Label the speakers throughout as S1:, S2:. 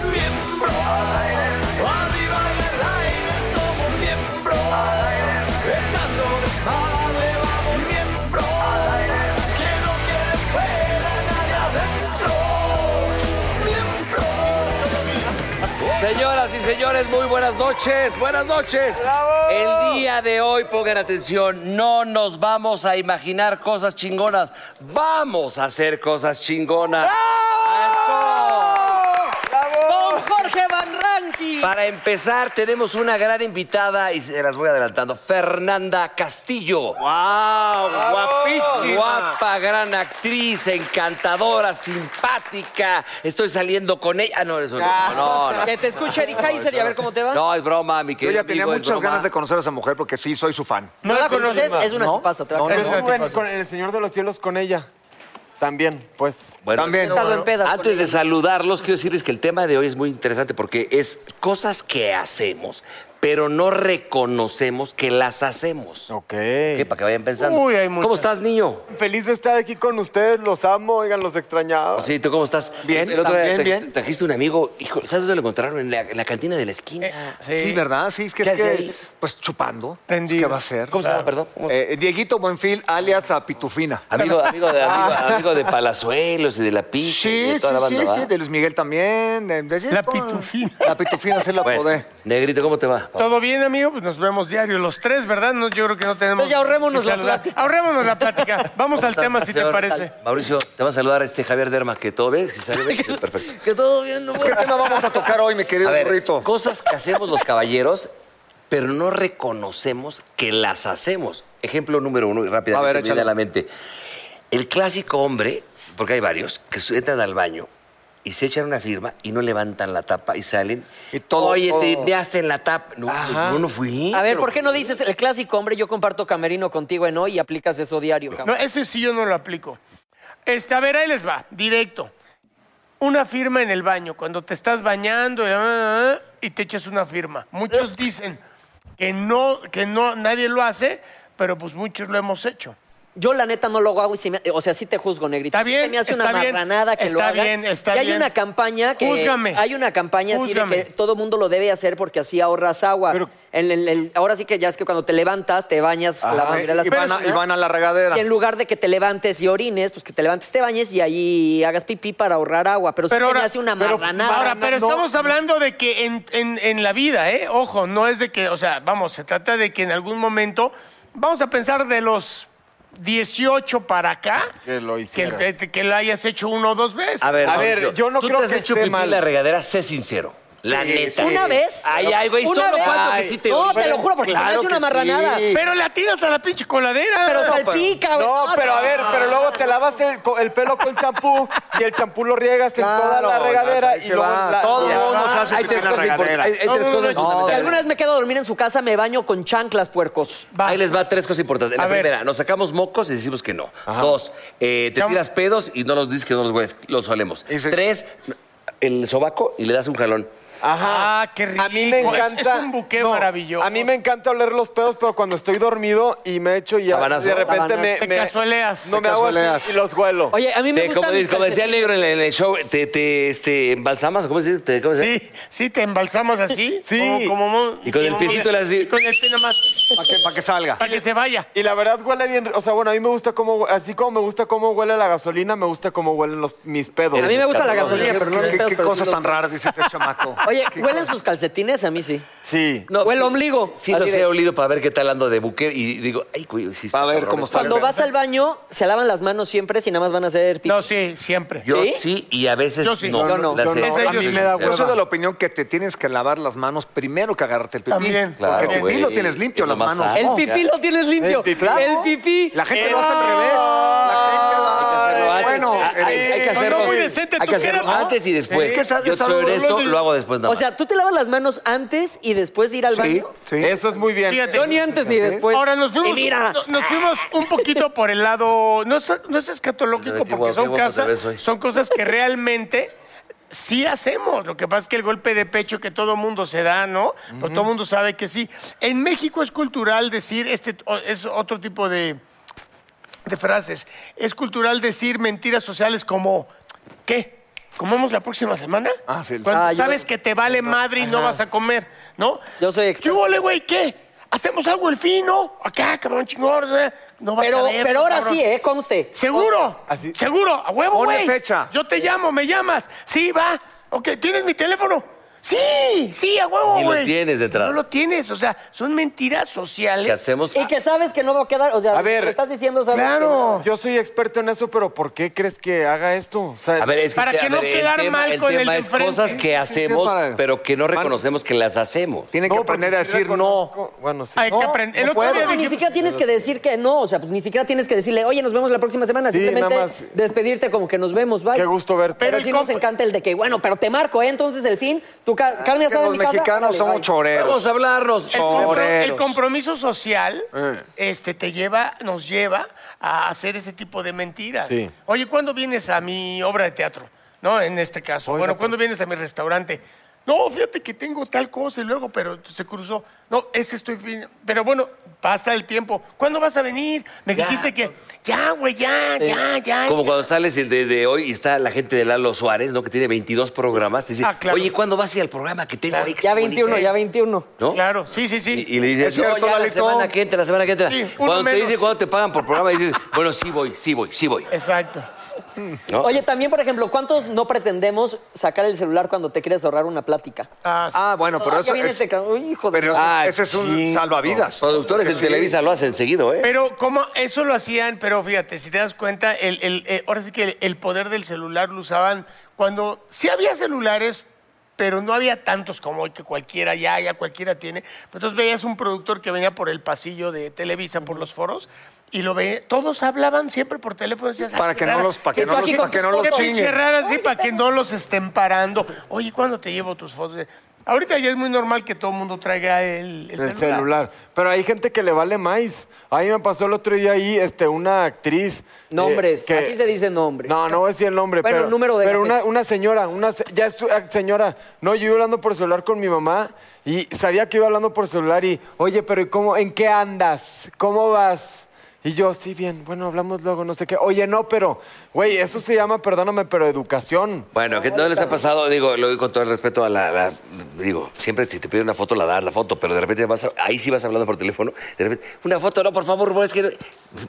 S1: Miembros, arriba en el aire somos miembros, echando desmadre vamos miembros, que no quede fuera nadie adentro,
S2: Señoras y señores, muy buenas noches, buenas noches. El día de hoy, pongan atención, no nos vamos a imaginar cosas chingonas, vamos a hacer cosas chingonas.
S3: ¡Don Jorge Van Ranqui!
S2: Para empezar, tenemos una gran invitada y se las voy adelantando, Fernanda Castillo.
S3: ¡Wow!
S2: Guapa, gran actriz, encantadora, simpática. Estoy saliendo con ella. Ah, no, eso no. No, no.
S3: Que te escuche Eric Kaiser y a ver cómo te va.
S2: No, es broma, mi
S4: Yo
S2: querido.
S4: ya tenía
S2: amigo, es
S4: muchas
S2: broma.
S4: ganas de conocer a esa mujer porque sí, soy su fan.
S3: ¿No la conoces? Es una
S4: No.
S3: tipaza, te va a
S4: No, no
S3: caer.
S4: es una
S5: Estuve en, con el Señor de los Cielos con ella. También, pues.
S2: Bueno,
S4: También.
S3: Estado en pedas con
S2: Antes de
S3: ella.
S2: saludarlos, quiero decirles que el tema de hoy es muy interesante porque es cosas que hacemos, pero no reconocemos que las hacemos.
S5: Ok.
S2: Ok, Para que vayan pensando.
S5: Uy, hay muchas.
S2: ¿Cómo estás, niño?
S5: Feliz de estar aquí con ustedes, los amo, oigan, los extrañaba.
S2: Sí, ¿tú cómo estás?
S4: Bien,
S2: el otro día
S4: también,
S2: traj-
S4: bien.
S2: trajiste un amigo, hijo, ¿sabes dónde lo encontraron? En la, en la cantina de la esquina.
S4: Sí. ¿verdad? Sí, es que
S2: ¿Qué
S4: es que,
S2: hace ahí?
S4: pues chupando.
S5: Tendido.
S4: ¿Qué va a ser?
S2: ¿Cómo se llama, perdón? ¿Cómo se-
S4: Eh, Dieguito Buenfil, alias la Pitufina.
S2: Amigo, amigo, de, amigo, amigo de Palazuelos y de la
S4: Sí,
S2: Picha y
S4: Ah. sí,
S2: de toda la
S4: sí,
S2: banda,
S4: sí,
S2: ¿va?
S4: de Luis Miguel también. de- de-
S6: La
S4: con-
S6: Pitufina.
S4: La Pitufina se la
S2: Bueno,
S4: podé.
S2: Negrito, ¿cómo te va?
S6: Todo bien, amigo, pues nos vemos diario los tres, ¿verdad? No, yo creo que no tenemos.
S3: Entonces ya ahorrémonos
S6: que
S3: la
S6: saludar.
S3: plática.
S6: Ahorrémonos la plática. Vamos al tema, si te
S2: Señor,
S6: parece.
S2: Mauricio, te va a saludar este Javier Derma, que todo ves, que sale bien. Perfecto.
S3: Que todo bien, no
S4: ¿Qué tema vamos a tocar hoy, mi querido
S2: A ver,
S4: burrito?
S2: cosas que hacemos los caballeros, pero no reconocemos que las hacemos. Ejemplo número uno, y rápidamente
S4: A ver,
S2: me viene
S4: échale.
S2: a la mente. El clásico hombre, porque hay varios, que se entran al baño y se echan una firma y no levantan la tapa y salen.
S4: Y todo-
S2: Oye,
S4: todo-
S2: te ideaste en la tapa. No, pues, yo no fui.
S3: A ver, ¿por qué no dices el clásico, hombre? Yo comparto camerino contigo en hoy y aplicas eso diario, cabrón.
S6: No, ese sí yo no lo aplico. Este, a ver, ahí les va, directo. Una firma en el baño, cuando te estás bañando y, ah, ah, y te echas una firma. Muchos dicen que no, que no, nadie lo hace, pero pues muchos lo hemos hecho.
S3: Yo la neta no lo hago y si me- o sea, sí te juzgo, negrito.
S6: Está
S3: Sí
S6: bien,
S3: se me hace
S6: está
S3: una
S6: bien,
S3: marranada que lo
S6: está
S3: hagan.
S6: bien, está
S3: y hay
S6: bien.
S3: una campaña que
S6: Júzgame.
S3: hay una campaña así de
S6: Júzgame.
S3: que todo mundo lo debe hacer porque así ahorras agua. En el- el- ahora sí que ya es que cuando te levantas te bañas la mayoría de las
S4: y van a-
S3: personas.
S4: y van a la regadera.
S3: Y en lugar de que te levantes y orines, pues que te levantes, te bañes y ahí hagas pipí para ahorrar agua, pero, sí se me hace una
S6: pero-
S3: marranada.
S6: ahora, pero estamos hablando de que en, en- en la vida, ¿eh? Ojo, no es de que, o sea, vamos, se trata de que en algún momento, vamos a pensar de los 18 para acá,
S5: Que lo hicieras.
S6: que, que lo hayas hecho uno o dos veces.
S2: A ver,
S5: A ver,
S2: Mauricio,
S5: yo no
S2: ¿tú
S5: creo
S2: te has
S5: que
S2: hecho
S5: esté
S2: pipí en
S5: mal.
S2: la regadera, sé sincero. La
S4: Sí,
S2: neta.
S4: sí.
S3: Una vez.
S2: Ay, ay, güey,
S3: una
S2: solo
S3: vez-
S2: cuando que sí te
S3: No,
S2: orines.
S3: te lo juro, porque se me
S4: Claro
S3: hace una
S4: que sí.
S3: marranada.
S6: pero la tiras a la pinche coladera.
S3: Pero salpica, güey.
S5: No, pero a
S3: se-
S5: ver, pero luego te lavas el, co- el pelo con champú y el champú lo riegas en toda
S4: Claro, pues,
S5: la regadera
S4: ahí
S5: y
S4: se
S5: luego
S4: va.
S5: la-
S4: Todo
S5: la-
S4: mundo se hace
S2: Hay
S4: pipí
S2: tres
S4: en la
S2: cosas
S4: regadera.
S2: importantes. Hay, hay tres
S6: No, no, no,
S2: cosas
S6: no.
S2: fundamentales.
S3: Si alguna vez me quedo a dormir en su casa, me baño con chanclas, puercos.
S6: Va.
S2: Ahí les va tres cosas importantes. La
S6: A ver.
S2: primera, nos sacamos mocos y decimos que no. Dos, eh, te
S6: Chamo.
S2: tiras pedos y no nos dices que no los, hueles, los olemos.
S4: Ese-
S2: Tres, el sobaco y le das un jalón.
S6: Ajá. Ah, qué rico.
S5: A mí me encanta.
S6: Es, es un buque
S5: No,
S6: maravilloso.
S5: A mí me encanta oler los pedos, pero cuando estoy dormido y me echo y ya-
S2: Sabanazo.
S5: de repente me,
S6: Te
S5: me-
S6: cazueleas.
S5: No me hago así y los huelo.
S3: Oye, a mí me
S2: Te-
S3: gusta.
S2: como, dice- como decía el libro en el, en el show, te, te este, embalsamas, ¿cómo se dice? Te- ¿cómo se dice?
S6: Sí, sí, te embalsamas así.
S5: Sí.
S6: Como, como-
S2: Y con el
S6: como-
S2: piecito le haces así.
S6: y Con el pie nada más.
S4: Para que, pa' que salga.
S6: Para que se vaya.
S5: Y la verdad huele bien, o sea, bueno, a mí me gusta cómo, así como me gusta cómo huele la gasolina, me gusta cómo huelen los, mis pedos.
S3: A mí me gusta la gasolina,
S4: ¿Qué,
S3: pero no los
S4: qué-
S3: pedos,
S4: qué
S3: pero sí
S4: cosas
S3: los-
S4: tan raras dice este chamaco?
S3: Oye,
S4: ¿Qué
S3: ¿huelen
S4: cosas?
S3: sus calcetines? A mí sí.
S5: Sí.
S2: No,
S3: Huele
S2: sí,
S3: a ombligo.
S2: Sí, los
S3: Así de-
S2: he olido para ver qué tal ando de buque y digo, ay, güey, sí está
S4: A ver
S2: cabrón
S4: cómo
S2: esto.
S4: está.
S3: Cuando vas al baño, se lavan las manos siempre si nada más van a hacer pipí.
S6: No, sí, siempre.
S2: Yo
S3: ¿Sí?
S2: ¿Sí? y a veces
S6: Yo sí.
S2: no.
S3: Yo no,
S2: Las
S5: yo
S2: he-
S5: no.
S6: Esa
S2: a
S6: yo
S2: mí
S6: sí.
S2: me da-
S4: Yo soy de la opinión que te tienes que lavar las manos primero que agarrarte el pipí.
S6: También,
S2: claro,
S4: porque el pipí
S2: güey.
S4: lo tienes limpio,
S2: Es lo
S4: las
S2: más
S4: manos.
S2: sano.
S3: El
S4: no.
S3: pipí lo tienes limpio.
S4: El pipí.
S3: El pipí.
S4: La gente lo hace al revés. La gente
S2: Hay que hacerlo
S4: va.
S2: antes.
S4: Bueno,
S2: Ah, hay, hay que
S6: no,
S2: hacerlo,
S6: muy decente,
S2: hay
S6: tú
S2: que hacerlo
S6: quieras, ¿no?
S2: antes y después.
S4: Es que esa-
S2: yo
S4: esa
S2: soy
S4: lo-
S2: honesto,
S6: lo-
S2: lo hago después nada
S3: O
S2: más.
S3: sea, ¿tú te lavas las manos antes y después de ir al
S4: sí,
S3: baño?
S4: sí.
S5: Eso es muy bien.
S6: Fíjate.
S3: Yo ni antes ni después.
S6: Ahora nos fuimos,
S3: Y mira.
S6: no- nos fuimos un poquito por el lado. No es, no es
S2: Ay,
S6: escatológico
S2: qué
S6: porque
S2: guapo, qué
S6: son,
S2: guapo te
S6: casas-
S2: ves hoy.
S6: son cosas que realmente sí hacemos. Lo que pasa es que el golpe de pecho que todo mundo se da, ¿no? Pero todo mundo sabe que sí. En México es cultural decir, este o- es otro tipo de, de frases. Es cultural decir mentiras sociales como, ¿qué? ¿Comemos la próxima semana?
S5: Ah, sí.
S6: Cuando
S3: Ah, yo-
S6: sabes que te vale madre y no vas a comer, ¿no?
S3: Yo soy
S6: ¿Qué
S3: experto
S6: hubo,
S3: en
S6: le,
S3: eso.
S6: güey? ¿Qué? ¿Hacemos algo el fino? Acá, cabrón chingón. o sea, No vas a
S3: Pero,
S6: ver,
S3: pero ahora
S6: cabrón.
S3: sí, ¿eh? Conste.
S6: ¿Seguro?
S5: Así-
S6: ¿Seguro? ¿A huevo,
S5: Ponle
S6: güey?
S5: fecha.
S6: Yo te llamo, ¿me llamas? Sí, va. Ok, ¿tienes mi teléfono? Sí, sí, a huevo,
S2: Ni lo
S6: güey.
S2: tienes de entrada.
S6: No lo tienes, o sea, son mentiras sociales.
S2: ¿Qué hacemos?
S3: Y que sabes que no va a quedar. O sea,
S5: A ver,
S3: lo estás diciendo, sabes.
S6: claro.
S5: Yo soy experto en eso, pero ¿por qué crees que haga esto? O sea,
S2: A ver, es que
S6: Para
S2: te-
S6: que
S2: a
S6: no
S2: ver,
S6: quedar
S2: tema-
S6: mal con el
S2: tema
S6: de
S2: es
S6: enfrente.
S2: cosas que hacemos,
S4: para-
S2: pero que no
S4: Van-
S2: reconocemos que las hacemos.
S4: Tienen que
S5: no,
S4: aprender a
S5: porque sí
S4: decir no.
S5: reconozco- Bueno, sí.
S6: Hay
S4: No,
S6: que aprender.
S4: no
S6: el otro
S4: puedo.
S6: día
S3: que- No, ni
S6: dijimos-
S3: siquiera tienes que decir que no. O sea, pues, ni siquiera tienes que decirle, oye, nos vemos la próxima semana.
S5: Sí,
S3: Simplemente
S5: nada más.
S4: eh,
S3: despedirte como que nos vemos, bye.
S5: Qué gusto verte.
S3: Pero,
S6: Pero el
S3: sí nos
S6: compa-
S3: encanta el de que, bueno, pero te marco, ¿eh? Entonces, el fin, tu ca- carne
S4: Ah, Que
S3: asada en
S4: los
S3: mi casa.
S4: mexicanos
S3: órale,
S4: somos
S3: bye.
S4: choreros.
S2: Vamos a hablarnos.
S6: El, compro-
S4: Choreros.
S6: el compromiso social
S2: Eh.
S6: este, te lleva, nos lleva a hacer ese tipo de mentiras.
S5: Sí.
S6: Oye, ¿cuándo vienes a mi obra de teatro? No, en este caso.
S5: Oiga,
S6: bueno,
S5: pero-
S6: ¿cuándo vienes a mi restaurante? No, fíjate que tengo tal cosa y luego, pero se cruzó. No, ese estoy fin. Pero bueno, pasa el tiempo. ¿Cuándo vas a venir? Me dijiste que. Ya, güey, ya, Ah, ya, ya.
S2: Como
S6: ya.
S2: cuando sales de, de hoy y está la gente de Lalo Suárez, ¿no? Que tiene 22 programas. Dice,
S6: Ah, claro.
S2: oye, ¿cuándo vas a ir al programa que tengo
S6: Claro.
S2: ahí que
S3: Ya
S2: está
S3: 21,
S2: buenísimo?"
S3: ya 21.
S2: ¿No?
S6: Claro, sí, sí, sí.
S2: Y, y le dices,
S4: Es cierto,
S2: "No, ya la
S4: Lalito".
S2: semana que entra, la semana que entra.
S6: Sí, uno
S2: cuando te
S6: menos.
S2: dice cuándo te pagan por programa, dices, bueno, sí voy, sí voy, sí voy.
S6: Exacto.
S2: ¿no?
S3: Oye, también, por ejemplo, ¿cuántos no pretendemos sacar el celular cuando te quieres ahorrar una plática?
S6: Ah, sí.
S4: Ah, bueno, pero
S3: Ah, ya
S4: eso
S3: viene
S4: es...
S3: este ca- Uy, hijo de-
S4: Pero eso-
S2: Ah,
S4: ese es un
S2: chingo.
S4: salvavidas.
S2: Productores en
S4: Sí.
S2: Televisa lo hacen seguido, ¿eh?
S6: Pero como eso lo hacían, pero fíjate, si te das cuenta, el, el- eh, ahora sí que el, el poder del celular lo usaban cuando sí había celulares, pero no había tantos como hoy que cualquiera ya, ya cualquiera tiene. Pero entonces veías un productor que venía por el pasillo de Televisa, por los foros, y lo veía, todos hablaban siempre por teléfono. decías, "Ah,
S4: Para
S6: qué
S4: que no
S6: rara-
S4: los, para
S3: Y
S4: que
S3: tú
S4: no los,
S3: aquí
S4: para que no
S3: con-
S4: los
S6: Qué pinche
S4: chinguen.
S6: rara, sí, para que no los estén parando. Oye, ¿cuándo te llevo tus fotos? Ahorita ya es muy normal que todo el mundo traiga el, el
S5: El celular. Pero hay gente que le vale más. A mí me pasó el otro día ahí este, una actriz. eh,
S3: Nombres.
S5: que-
S3: Aquí se dice nombres.
S5: No, no voy a decir el nombre.
S3: Bueno,
S5: pero,
S3: número de
S5: Pero
S3: café.
S5: una, una señora, una se- ya es tu- ah, señora. No, yo iba hablando por celular con mi mamá y sabía que iba hablando por celular y, oye, pero ¿y cómo, ¿en qué andas? ¿Cómo vas? Y yo, sí, bien, bueno, hablamos luego, no sé qué. Oye, no, pero, güey, eso se llama, perdóname, pero educación.
S2: Bueno, ¿qué no les ha pasado? Digo, lo digo con todo el respeto a la, la- Digo, siempre si te piden una foto, la das, la foto, pero de repente vas... a- ahí sí vas hablando por teléfono. De repente, una foto, no, por favor, pues, no, es que... no-".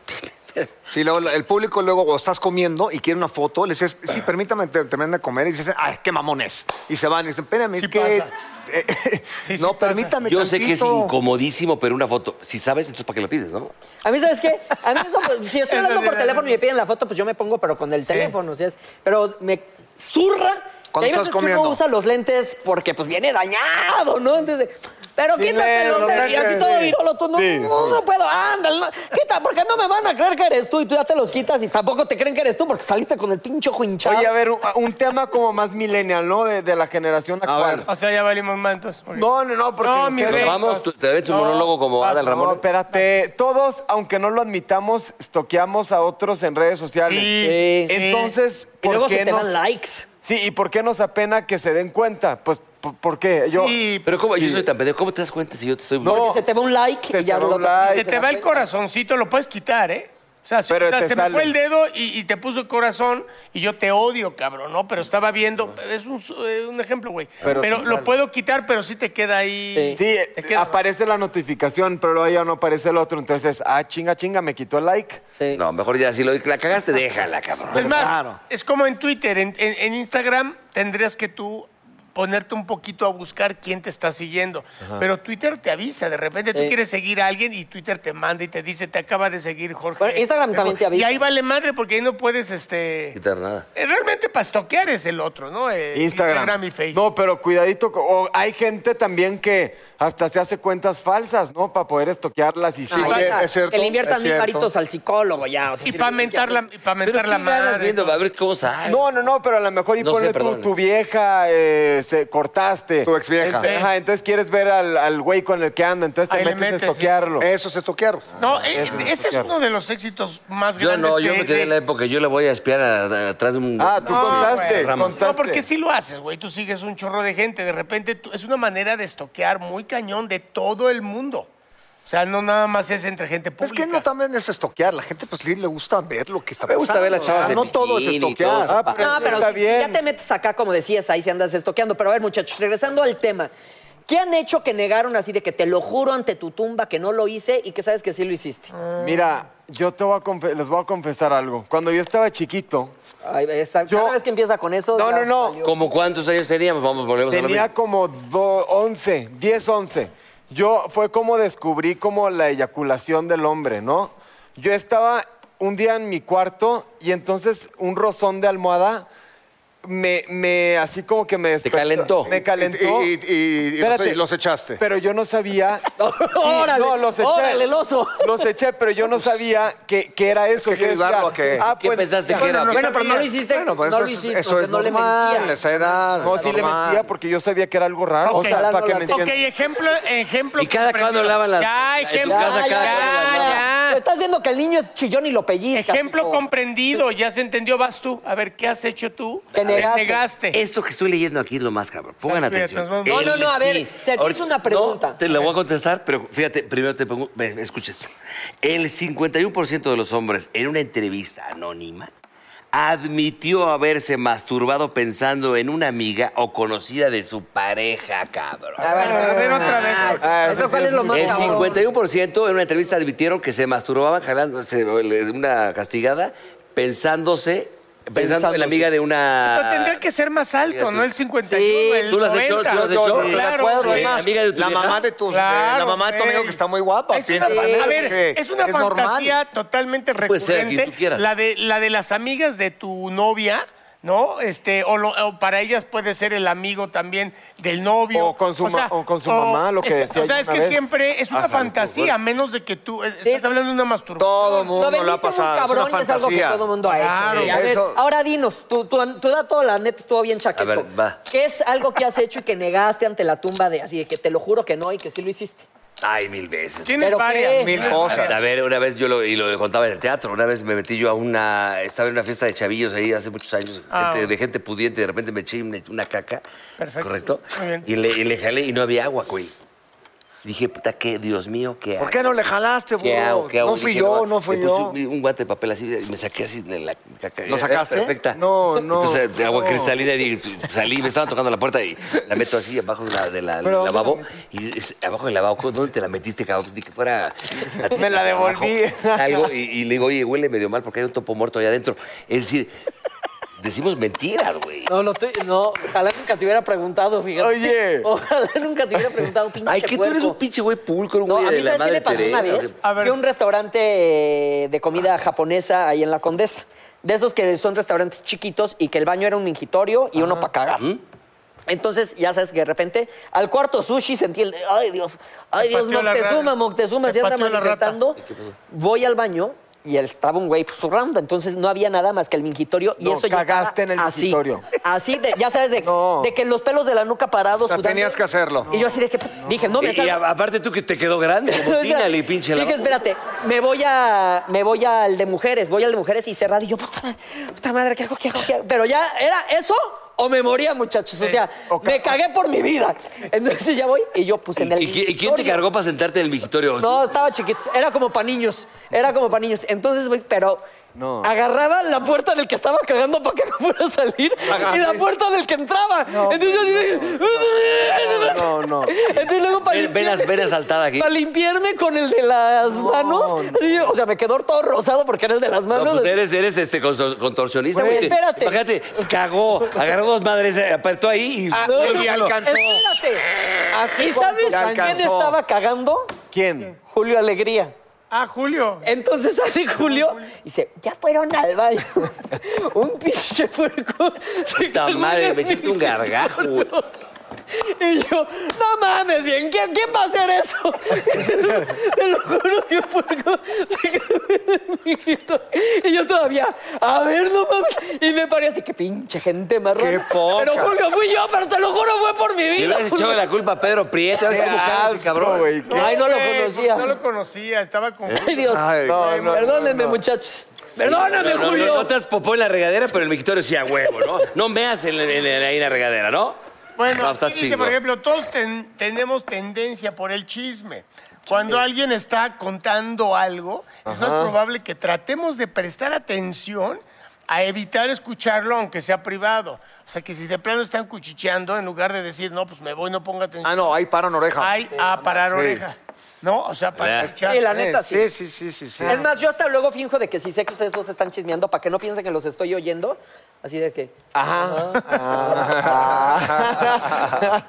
S4: Si el público luego o estás comiendo y quiere una foto, le dices, sí, permítame te- terminar de comer, y dices, ay, qué mamones. Y se van y dicen, espérame, es
S6: Sí
S4: que...
S6: pasa.
S4: eh,
S6: Sí, sí
S4: no,
S6: pasa.
S4: permítame
S2: Yo sé que es
S4: tantito".
S2: incomodísimo, pero una foto, si sabes, entonces ¿para qué la pides, no?
S3: A mí, ¿sabes qué? A mí eso, pues, si estoy hablando por teléfono y me piden la foto, pues yo me pongo, pero con el teléfono, ¿sí? es? Pero me zurra.
S4: Cuando
S3: que hay
S4: estás
S3: veces que
S4: comiendo.
S3: uno usa los lentes porque pues viene dañado, ¿no? Entonces, pero
S5: Sí,
S3: quítate los
S5: los
S3: lentes. Y así
S5: lentes,
S3: todo
S5: sí.
S3: virolo, tú no,
S5: Sí.
S3: no, no puedo, ándale. No. Quita, porque no me van a creer que eres tú y tú ya te los quitas y tampoco te creen que eres tú porque saliste con el pinche ojo hinchado.
S5: Oye, a ver, un, un tema como más millennial, ¿no? De, de la generación actual.
S6: O sea, ya valimos más entonces. Ok.
S5: Ah, No, no, no, porque
S6: No,
S5: ustedes-
S6: mi rey.
S2: Vamos, tú- te ves un
S6: No,
S2: monólogo como
S6: paso,
S2: Adal
S5: No,
S2: Ramón.
S5: espérate. Todos, aunque no lo admitamos, estoqueamos a otros en redes sociales.
S6: Sí,
S5: Entonces,
S3: y
S5: ¿por
S3: luego
S5: qué
S3: se te
S5: nos-
S3: dan likes.
S5: Sí, ¿y por qué nos apena que se den cuenta? Pues, ¿por, por qué? Yo,
S6: Sí,
S2: Pero ¿cómo? Yo soy tan pendejo. ¿Cómo te das cuenta si yo te estoy...
S3: Porque se te va un like
S5: Se
S3: y ya
S5: te va
S3: lo
S5: un like.
S6: se te va el corazoncito, lo puedes quitar, ¿eh? O sea, si-
S5: Pero
S6: o sea,
S5: te
S6: se me
S5: sale.
S6: fue el dedo y, y te puso el corazón y yo te odio, cabrón, ¿no? Pero estaba viendo, es un, su- eh, un ejemplo, güey. Pero,
S5: Pero te
S6: lo
S5: sale.
S6: puedo quitar, pero sí te queda ahí.
S5: Sí,
S6: Te
S5: eh,
S6: queda-
S5: aparece la notificación, pero luego ya no aparece el otro. Entonces, ah, chinga, chinga, me quitó el like.
S2: No, mejor ya si lo, la cagaste, déjala, cabrón.
S6: Es más, es como en Twitter, en, en- en Instagram tendrías que tú ponerte un poquito a buscar quién te está siguiendo. Pero Twitter te avisa, de repente tú
S2: Eh.
S3: Sí.
S6: quieres seguir a alguien y Twitter te manda y te dice, te acaba de seguir Jorge.
S3: Pero Instagram también te
S6: Y
S3: avisa.
S6: ahí vale madre porque ahí no puedes, este...
S2: quitar nada.
S6: Eh, Realmente para estoquear es el otro, ¿no? Eh,
S5: Instagram.
S6: y Facebook.
S5: No, pero cuidadito. co- O hay gente también que hasta se hace cuentas falsas, ¿no? Para poder estoquearlas y sí.
S4: Sí,
S3: Pasa,
S4: es cierto,
S3: que le inviertan
S4: es
S3: mil
S4: cierto.
S3: paritos al psicólogo ya. o sea,
S6: y
S3: si
S6: para
S3: le-
S6: mentar la, y pa'
S2: pues. Pero
S6: mentar
S2: ¿qué
S6: la
S2: ganas
S6: madre.
S2: viendo?
S6: ¿no?
S2: A ver cómo sabe.
S5: No, no, no, pero a lo mejor y
S2: No sé,
S5: ponle tu,
S2: perdón.
S5: tu vieja, eh, se cortaste.
S4: Tu exvieja.
S5: Ent- ajá, entonces quieres ver al, al güey con el que anda, entonces te
S6: Ahí le
S5: metes,
S6: metes, sí.
S5: a estoquearlo.
S4: Eso es estoquear.
S6: No, eh, ese es uno de los éxitos más
S2: Yo
S6: grandes.
S2: no, yo
S6: de-
S2: me quedé en la
S6: de-
S2: época. Yo le voy a espiar a- a- atrás de un...
S5: Ah, tú
S6: No,
S5: contaste,
S6: güey.
S5: contaste.
S6: No, porque sí lo haces, güey. Tú sigues un chorro de gente. De repente tú- es una manera de estoquear muy cañón de todo el mundo. O sea, no nada más es entre gente
S4: Es
S6: pública.
S4: que no también es estoquear. La gente pues sí le gusta ver lo que está
S2: Me gusta ver las chavas
S4: Ah,
S2: de
S4: No todo pues, es
S2: bikini y
S4: estoquear.
S2: todo.
S5: Ah, pero
S3: No, pero
S5: está
S3: si, si
S5: bien.
S3: ya te metes acá, como decías, ahí se andas estoqueando. Pero a ver, muchachos, regresando al tema. ¿Qué han hecho que negaron así de que te lo juro ante tu tumba que no lo hice y que sabes que sí lo hiciste?
S5: Mm. Mira, yo te voy a confe- les voy a confesar algo. Cuando yo estaba chiquito,
S3: Ay, esa-
S5: Yo-
S3: Cada vez que empieza con eso.
S5: No,
S3: ya
S5: no, no.
S3: valió.
S2: ¿Cómo cuántos años teníamos? Vamos, volvemos a
S5: tenía
S2: lo
S5: como do- 11, 10, 11. Yo fue como descubrí como la eyaculación del hombre, ¿no? Yo estaba un día en mi cuarto y entonces un rozón de almohada me, me así como que me despertó.
S2: calentó.
S5: Me calentó.
S4: Y- y- y- y los-
S5: Espérate.
S4: y los echaste.
S5: Pero yo no sabía.
S3: Órale,
S5: no, los eché.
S3: órale, el oso.
S5: Los eché, pero yo no sabía que, que era
S4: que
S5: eso.
S4: hay que
S5: Yo decía,
S4: ayudarlo a que-
S5: ah,
S2: ¿Qué
S5: pues,
S2: pensaste
S5: ya-
S2: que era?
S3: Bueno, pero no lo hiciste.
S4: Bueno, pues
S3: no
S4: eso
S3: lo
S4: es-
S3: hiciste.
S4: eso
S3: o sea,
S4: es
S3: no
S4: normal,
S3: le mentías.
S4: esa edad.
S5: No, sí le
S4: normal.
S5: mentía porque yo sabía que era algo raro.
S6: Ok.
S5: O sea, para que me
S6: Ok,
S5: entiendan.
S6: ejemplo, ejemplo.
S2: ¿Y cada
S6: comprendido.
S2: cuándo lavan las-
S6: Ya,
S2: en tu
S6: ejemplo. ya,
S2: casa cada cuándo las
S6: ya.
S3: Pero Estás viendo que el niño es chillón y lo pellizca.
S6: Ejemplo
S3: hijo.
S6: comprendido, ya se entendió, vas tú. A ver, ¿qué has hecho tú?
S3: Te negaste.
S2: mismo. Esto que estoy leyendo aquí es lo más cabrón. Pongan
S6: Fíjate,
S2: atención.
S6: nos vamos-
S3: No, no, no, a
S2: Él
S3: ver,
S2: sí.
S3: se te hizo una pregunta.
S2: no, te la voy a contestar, pero fíjate, primero te pongo, ve, escucha esto. El 51% de los hombres en una entrevista anónima admitió haberse masturbado pensando en una amiga o conocida de su pareja, cabrón.
S3: A ver,
S6: A ver, otra vez,
S3: ay,
S6: porque-
S5: Ah,
S3: ¿Eso
S5: eso
S3: cuál
S5: sí
S3: es lo
S5: es
S3: más
S2: El
S3: cabrón?
S2: 51% en una entrevista admitieron que se masturbaban jalándose una castigada pensándose, pensando en la amiga de una...
S6: Pero Ah, tendría que ser más alto, ¿no? El 51, el
S2: ¿Tú lo has hecho?
S6: 90.
S2: ¿Tú lo has hecho?
S6: Sí,
S4: Estoy de
S6: claro,
S4: acuerdo,
S6: güey.
S2: sí.
S4: además,
S2: Amiga de tu
S4: la
S2: vieja.
S4: mamá de tu, de-
S6: Claro,
S4: la mamá de tu
S6: güey.
S4: amigo que está muy guapa.
S6: Es una
S4: piensa
S6: fan-
S4: también
S6: a ver,
S4: que
S6: es una
S4: normal.
S6: fantasía totalmente
S2: Puede ser,
S6: recurrente.
S2: quien tú quieras.
S6: la, de, la de las amigas de tu novia, ¿no? Este, o, lo- o para ellas puede ser el amigo también del novio.
S5: O con su ma- o con su mamá, lo que
S6: es-
S5: decía
S6: O sea,
S5: yo
S6: es
S5: una
S6: que
S5: vez.
S6: siempre es una fantasía, a menos de que tú eh,
S3: Sí.
S6: estás hablando de una masturbación.
S4: Todo mundo
S3: Lo
S4: lo, ha
S3: vendiste
S4: pasado.
S3: muy cabrón
S4: es
S3: y
S4: una
S3: es algo que
S4: fantasía.
S3: todo el mundo ha hecho.
S6: Claro,
S3: güey. A ver,
S4: eso-
S3: ahora dinos, tu, tu, tu dato, la neta, estuvo bien chaqueto.
S2: A ver, va.
S3: ¿Qué es algo que has hecho y que negaste ante la tumba de así de que te lo juro que no y que sí lo hiciste?
S2: Ay, mil veces.
S6: Tienes
S3: ¿Pero qué?
S6: varias.
S4: Mil
S6: tienes
S4: cosas.
S6: varias.
S2: A ver, una vez yo lo, y lo contaba en el teatro, una vez me metí yo a una, estaba en una fiesta de chavillos ahí hace muchos años,
S6: Ah.
S2: gente- de gente pudiente, de repente me eché una, una caca,
S6: Perfecto.
S2: ¿correcto?
S6: Muy bien.
S2: Y le, y le jalé y no había agua, güey. Y dije, puta, qué, Dios mío, qué
S4: ¿Por qué no le jalaste,
S2: ¿Qué hago?
S4: bro?
S2: ¿Qué hago?
S4: No fui
S2: Dije,
S4: yo,
S2: va.
S4: no fui
S2: Le puse
S4: yo.
S2: Un, un guante de papel así y me saqué así de la caca.
S4: ¿Lo sacaste?
S2: Perfecta.
S5: No, no,
S2: Entonces, pues, eh, de agua
S5: no.
S2: cristalina y pues, salí, me estaban tocando la puerta y la meto así abajo de la, de la-
S5: Pero,
S2: del lavabo. Y es- abajo del lavabo, ¿dónde te la metiste, cabrón? Ni que fuera.
S5: Me la devolví.
S2: Algo, y, y le digo, oye, huele medio mal porque hay un topo muerto allá adentro. Es decir, decimos mentiras, güey.
S3: No, no, te- no, ojalá nunca te hubiera preguntado, fíjate.
S5: Oye.
S3: Ojalá nunca te hubiera preguntado, pinche
S2: Ay, que tú eres
S3: puerco.
S2: un pinche güey pulcro,
S3: No,
S2: güey.
S3: a
S2: de
S3: mí,
S2: la
S3: ¿sabes qué
S2: madre
S3: me pasó una
S2: Teresa.
S3: vez?
S6: A ver.
S3: Fui a un restaurante eh, de comida japonesa ahí en La Condesa. De esos que son restaurantes chiquitos y que el baño era un mingitorio y uno para cagar.
S2: ¿Mm?
S3: Entonces, ya sabes que de repente, al cuarto sushi sentí el... de, Ay, Dios, ay,
S6: Te
S3: Dios,
S6: pateó la rata.
S3: Moctezuma, Moctezuma,
S6: Te
S3: se anda
S6: pateó la rata.
S3: manifestando. Voy al baño y él- estaba un güey zurrando. Entonces, no había nada más que el mingitorio y
S5: No,
S3: eso yo
S5: cagaste
S3: estaba
S5: en el
S3: así,
S5: mingitorio.
S3: Así, de- ya sabes, de,
S5: No.
S3: de que los pelos de la nuca parados...
S4: O sea,
S3: sudando.
S4: tenías que hacerlo.
S3: Y yo así de que... Dije, no me
S2: Y, y
S3: salgo.
S2: a- aparte tú que te quedó grande, como
S3: O sea,
S2: tínale, pinche
S3: Dije,
S2: lavabo.
S3: espérate, me voy a me voy al de mujeres, voy al de mujeres y cerrado y yo puta madre, puta madre, ¿qué hago? ¿Qué hago? ¿Qué hago? Pero ya era eso o me moría, muchachos. O sea,
S5: o ca-
S3: me cagué por mi vida. Entonces ya voy y yo puse en el.
S2: ¿Y, pues, qui- y quién te
S3: migitorio.
S2: cargó para sentarte en el vigitorio?
S3: No, estaba chiquito. Era como para niños. Era como para niños. Entonces, güey, pero.
S5: No.
S3: Agarraba la puerta del que estaba cagando para que no fuera a salir y la puerta del que entraba. Entonces yo así de-
S5: No, no.
S3: Entonces luego para
S2: Ven- venas- venas saltada aquí.
S3: Para limpiarme con el de las manos. así yo- o sea, me quedó todo rosado porque era el de las
S2: No,
S3: manos.
S2: pues eres, eres este consor- contorsionista, güey.
S3: Güey, espérate.
S2: Imagínate, se cagó, agarró dos madres, eh, apretó ahí y.
S3: No, no,
S4: y
S3: no.
S4: alcanzó.
S3: Ah, Espérate.
S5: ¿Hace
S3: ¿Y sabes
S5: cuántos
S3: quién
S5: años?
S3: estaba cagando?
S5: ¿Quién?
S3: Julio Alegría.
S6: Ah, Julio.
S3: Entonces sale Julio y dice, ya fueron al baño. un pinche puerco. se
S2: Puta
S3: cagó
S2: madre,
S3: en
S2: me
S3: el
S2: echaste un gargajo.
S3: micrófono. Y yo, no mames, bien, ¿quién, quién va a hacer eso? Te lo juro que un puerco se cagó en el micrófono. Y yo todavía, a ver, no mames. Y me paré así, que pinche gente marrón.
S4: Qué poca.
S3: Pero Julio, fui yo, pero te lo juro, fue por mi
S2: Le
S3: vida.
S2: hubieras echado
S3: Julio.
S2: la culpa a Pedro Prieto. ¿Sabes cómo caga ese
S5: asco,
S2: cabrón?
S5: güey.
S3: Ay, no lo
S6: güey,
S3: conocía.
S6: pues, No lo conocía, estaba
S2: ¿Eh?
S6: con.
S3: Ay, Dios.
S4: Ay,
S5: No, no, no,
S3: Perdónenme,
S5: no.
S3: muchachos. Perdóname,
S2: No, no,
S3: Julio.
S2: No, no te has popó en la regadera, pero el migitorio sí a huevo, ¿no? No meas en, en- en- ahí en la regadera, ¿no?
S6: Bueno,
S2: No,
S6: aquí
S2: estás
S6: dice,
S2: chingo.
S6: por ejemplo, todos ten- tenemos tendencia por el chisme. Cuando alguien está contando algo, es más probable que tratemos de prestar atención a evitar escucharlo, aunque sea privado. O sea, que si de plano están cuchicheando, en lugar de decir, no, pues me voy, no ponga atención.
S4: Ah, no, ahí paran oreja.
S6: Hay a parar
S4: Sí.
S6: oreja. ¿No? O sea, para
S2: Ya.
S6: escuchar.
S3: Sí, la neta, sí.
S4: sí, sí, sí, sí, sí.
S3: Es más, yo hasta luego finjo de que si sé que ustedes dos están chismeando para que no piensen que los estoy oyendo. Así de que.
S5: Ajá.
S2: Ah.
S7: Ah.
S5: Ah,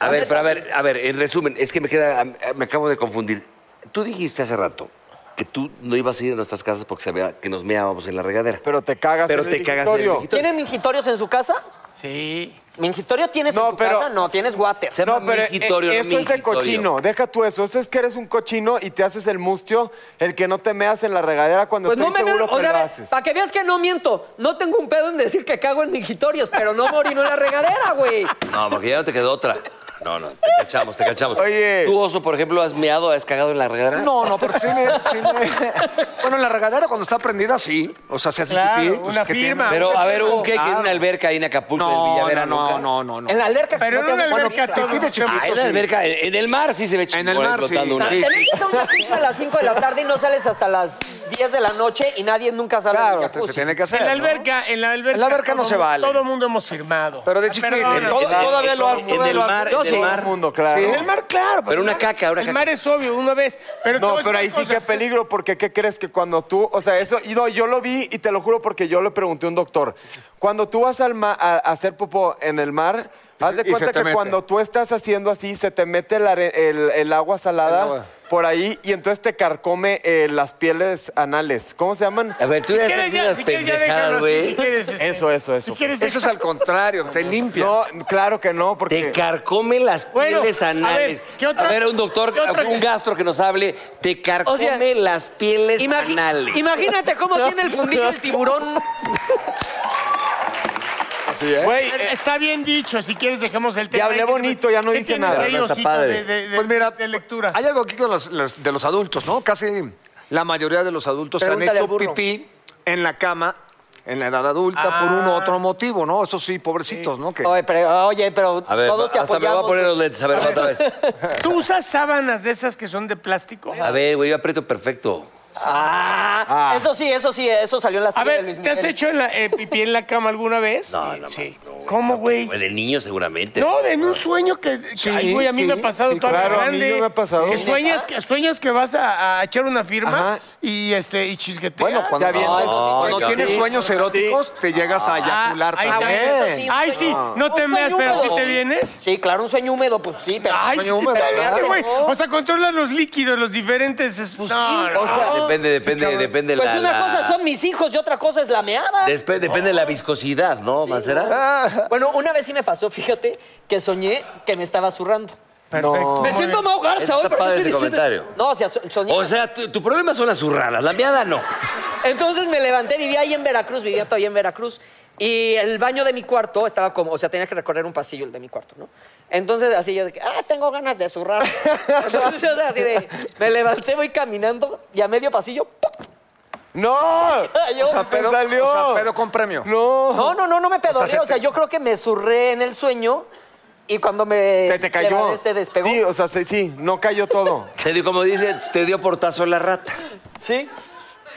S2: A ver, pero a ver, a ver, en resumen, es que me queda, me acabo de confundir. Tú dijiste hace rato que tú no ibas a ir a nuestras casas porque sabía que nos meábamos en la regadera.
S5: Pero te cagas
S2: Pero
S5: en
S2: te
S5: ah, el
S2: cagas en el
S5: migitorio.
S2: migitorio.
S3: ¿Tienen mingitorios en su casa?
S6: Sí.
S3: ¿Mingitorio tienes
S5: No,
S3: en tu
S5: pero-
S3: casa? No, tienes water.
S2: Se llama
S5: No, pero eh,
S2: migitorio, no
S5: eso es de
S2: migitorio.
S5: cochino. Deja tú eso. Eso es que eres un cochino y te haces el mustio, el que no te meas en la regadera cuando
S3: Pues no
S5: estoy
S3: me
S5: seguro que
S3: O sea,
S5: lo
S3: a ver,
S5: haces.
S3: para que veas que no miento. No tengo un pedo en decir que cago en mingitorios, pero no morino en la regadera, güey.
S2: No, porque ya no te quedó otra. No, no, te cachamos, te cachamos.
S5: Oye.
S2: ¿Tú, oso, por ejemplo, has meado, has cagado en la regadera?
S4: No, no, pero sí me, sí me- Bueno, en la regadera cuando está prendida, sí. O sea, se hace
S6: Claro,
S4: pipí, pues,
S6: una
S4: ¿qué
S6: firma.
S4: tiene?
S2: Pero, a ver, un cake en
S4: Claro.
S2: una alberca ahí en Acapulco, en
S4: No,
S2: Villavera,
S4: no, no,
S2: nunca.
S4: no, no, no.
S3: En la alberca.
S6: Pero
S3: no
S6: en
S3: te
S6: una
S3: haces cuando
S6: alberca
S3: picas.
S6: todo.
S4: pipí de chiquito.
S2: Ah, en la alberca,
S3: eh,
S2: en el mar sí se ve
S4: En
S2: chingón
S4: el mar, sí.
S2: flotando una.
S4: Sí.
S3: Te metes a una pizza a las 5 de la tarde y no sales hasta las 10 de la noche y nadie nunca sale del
S4: Claro, se-
S3: jacuzzi.
S4: se tiene que hacer.
S6: En la
S4: ¿no?
S6: alberca, en la alberca.
S4: En la alberca no
S6: todo
S4: se
S6: mu-
S4: vale.
S6: Todo mundo hemos firmado.
S4: Pero de
S6: Ah,
S4: chiquito.
S6: perdóname.
S4: Todo- todavía lo hago,
S2: En
S4: todavía
S2: el
S4: lo hago.
S2: mar,
S4: Yo
S2: en el
S4: sí.
S5: Todo el
S2: mar.
S5: mundo, claro.
S4: Sí.
S6: En el mar, claro. porque
S2: Pero una
S6: el mar-
S2: caca, una
S6: El
S2: caca.
S6: mar es obvio, una vez. Pero te
S5: No,
S6: voy a
S5: pero ahí
S6: decir
S5: sí
S6: una
S5: que
S6: cosa.
S5: peligro, porque ¿qué crees que cuando tú, o sea, eso, y no, yo lo vi y te lo juro porque yo le pregunté a un doctor, cuando tú vas al ma- a, a hacer popó en el mar, haz de
S4: Y se
S5: cuenta
S4: te
S5: que
S4: mete.
S5: cuando tú estás haciendo así, se te mete la are- el, el agua salada
S4: El agua.
S5: por ahí y entonces te carcome eh, las pieles anales. ¿Cómo se llaman?
S2: A ver, tú eres
S6: ¿Quieres
S2: haces
S6: ya,
S2: unas
S6: si quieres ya déjalo
S2: pendejadas,
S6: así, si
S2: güey.
S6: quieres. este,
S5: Eso, eso, eso.
S6: Si quieres
S4: Eso es al contrario, te limpia.
S5: No, claro que no,
S2: Te
S5: porque...
S2: carcome las
S6: Bueno,
S2: pieles
S6: a ver,
S2: anales.
S6: ¿qué otra-
S2: a ver, un doctor,
S6: qué otra-
S2: un gastro que nos hable, te carcome las pieles
S3: Imagi-
S2: anales.
S3: Imagínate cómo tiene el fundillo el tiburón.
S5: Güey,
S6: Eh,
S5: eh,
S6: Está bien dicho, si quieres dejemos el tema.
S5: Ya hablé
S6: ahí.
S5: bonito, ya no
S6: ¿Qué
S5: dije
S6: tienes
S5: nada.
S6: ahí,
S2: No, está
S6: Osito,
S2: padre.
S6: de- de- de-
S4: Pues mira,
S6: de lectura.
S4: hay algo aquí con los, las- de los adultos, ¿no? Casi la mayoría de los adultos se han
S3: Pregúntale
S4: hecho
S3: al burro.
S4: pipí en la cama, en la edad adulta, por un u
S6: Ah.
S4: otro motivo, ¿no? Eso sí, pobrecitos, ¿no? Que-
S3: Oye, pero, oye, pero
S2: a ver,
S3: todos te
S2: hasta me
S3: apoyamos.
S2: voy a poner los lentes. A ver, otra vez.
S6: ¿Tú usas
S4: Ah,
S6: sábanas de esas que son de plástico?
S2: A ver, güey, yo aprieto perfecto.
S3: Ah, Eso sí, eso sí, eso salió en la
S6: A
S3: serie de Luis
S6: ver, ¿te has
S3: Miguel.
S6: hecho en la- eh, pipí en la cama alguna vez?
S2: No, no,
S6: Sí.
S2: no, no,
S6: ¿Cómo,
S2: no,
S6: güey?
S2: Ah, De niño, seguramente.
S6: No, en un sueño que. que- ay, güey, a mí
S4: sí,
S6: me ha pasado
S4: sí,
S6: toda la
S5: claro, a mí
S6: grande.
S5: me ha pasado.
S6: Que sueñas, que, sueñas que vas a, a echar una firma
S5: Ajá.
S6: y, este, y chisgueteas.
S4: bueno, cuando,
S5: Ya bien,
S4: cuando-
S5: eso sí,
S4: cuando
S2: chica.
S4: tienes
S2: Sí.
S4: sueños eróticos, te llegas a eyacular
S6: Ah, ahí
S4: también.
S6: está.
S3: Eso sí,
S6: Ay,
S3: un
S6: sí,
S3: sueño-
S6: no te
S3: un
S6: meas,
S3: sueño
S6: pero si
S3: húmedo.
S6: te vienes.
S3: Sí, claro, un sueño húmedo, pues sí. Pero...
S6: Ay, sí,
S4: Sueño húmedo,
S6: te
S4: ¿verdad?
S6: viste, güey.
S3: No.
S6: O sea, controlas los líquidos, los diferentes. es- No, no.
S2: O sea, depende, depende, depende
S3: Pues
S2: la.
S3: una
S2: la-
S3: cosa son mis hijos y otra cosa es la meada.
S2: Despe- depende de la viscosidad, ¿no, Macera?
S3: Bueno, una vez sí me pasó, fíjate, que soñé que me estaba zurrando.
S6: Perfecto.
S3: Me siento Mau
S2: Eso
S3: Garza hoy,
S2: está
S3: pero
S2: padre
S3: estoy
S2: ese
S3: diciendo-
S2: comentario.
S3: No, o sea, so- soñé.
S2: O sea, tu, tu problema son las zurradas, la miada no.
S3: Entonces me levanté, vivía ahí en Veracruz, vivía todavía en Veracruz. Y el baño de mi cuarto estaba como, o sea, tenía que recorrer un pasillo el de mi cuarto, ¿no? Entonces así yo de que, ah, tengo ganas de zurrar. Entonces yo así de, me levanté, voy caminando y a medio pasillo, ¡pum!
S5: ¡No!
S3: Yo-
S4: O sea,
S5: Te
S4: pedo,
S5: salió.
S4: o sea, pedo con premio.
S5: ¡No!
S3: No, no, no, no me pedoré. O sea, yo creo que me zurré en el sueño y cuando me
S5: Se te cayó.
S3: levanté, se despegó.
S5: Sí, o sea, sí, sí, no cayó todo.
S2: Te dio, como dice, te dio portazo la rata.
S3: Sí.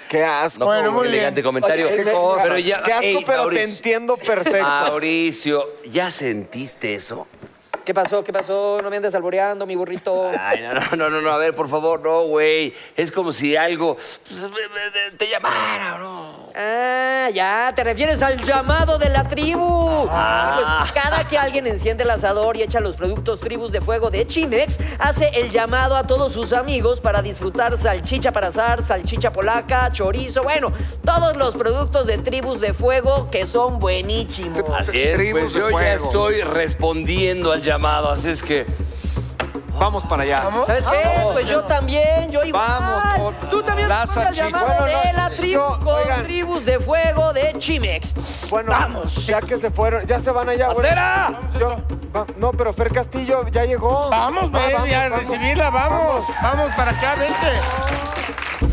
S5: Qué asco.
S2: No
S6: Bueno,
S2: fue un
S6: muy bien.
S2: elegante comentario.
S3: Oye, Qué me-
S4: cosa.
S2: Pero ya,
S5: Qué asco,
S2: Ey,
S5: pero te
S2: Mauricio,
S5: entiendo
S3: Ah,
S5: perfecto.
S2: Ah, Mauricio, ¿ya sentiste eso?
S3: ¿Qué pasó? ¿Qué pasó? No me andes alboreando, mi burrito.
S2: Ay, no, no, no, no, no, a ver, por favor, no, güey. Es como si algo pues, me- me- te llamara, ¿no?
S3: Ah, ya, te refieres al llamado de la tribu.
S2: Ah.
S3: Pues cada que alguien enciende el asador y echa los productos tribus de fuego de Chimex, hace el llamado a todos sus amigos para disfrutar salchicha para azar, salchicha polaca, chorizo, bueno, todos los productos de tribus de fuego que son buenísimos.
S2: Así es,
S4: Tribus
S2: pues
S4: de
S2: yo ya
S4: fuego.
S2: estoy respondiendo al llamado, así es que...
S4: Vamos para allá.
S3: ¿Sabes qué? Pues yo también, yo igual.
S4: Vamos, por-
S3: Tú también
S4: la
S3: responde al
S4: salchicha.
S3: llamado
S4: Bueno, no,
S3: de la tribu
S5: yo,
S3: con
S5: oigan.
S3: tribus de fuego de Chimex.
S5: Bueno,
S3: Vamos.
S5: Ya que se fueron, ya se van allá. güey.
S3: ¡Acera!
S5: Yo- va- no, pero Fer Castillo ya llegó.
S6: Vamos,
S5: Va,
S6: ven,
S5: vamos,
S6: ya,
S5: vamos.
S6: recibirla, vamos, vamos. para acá, vente.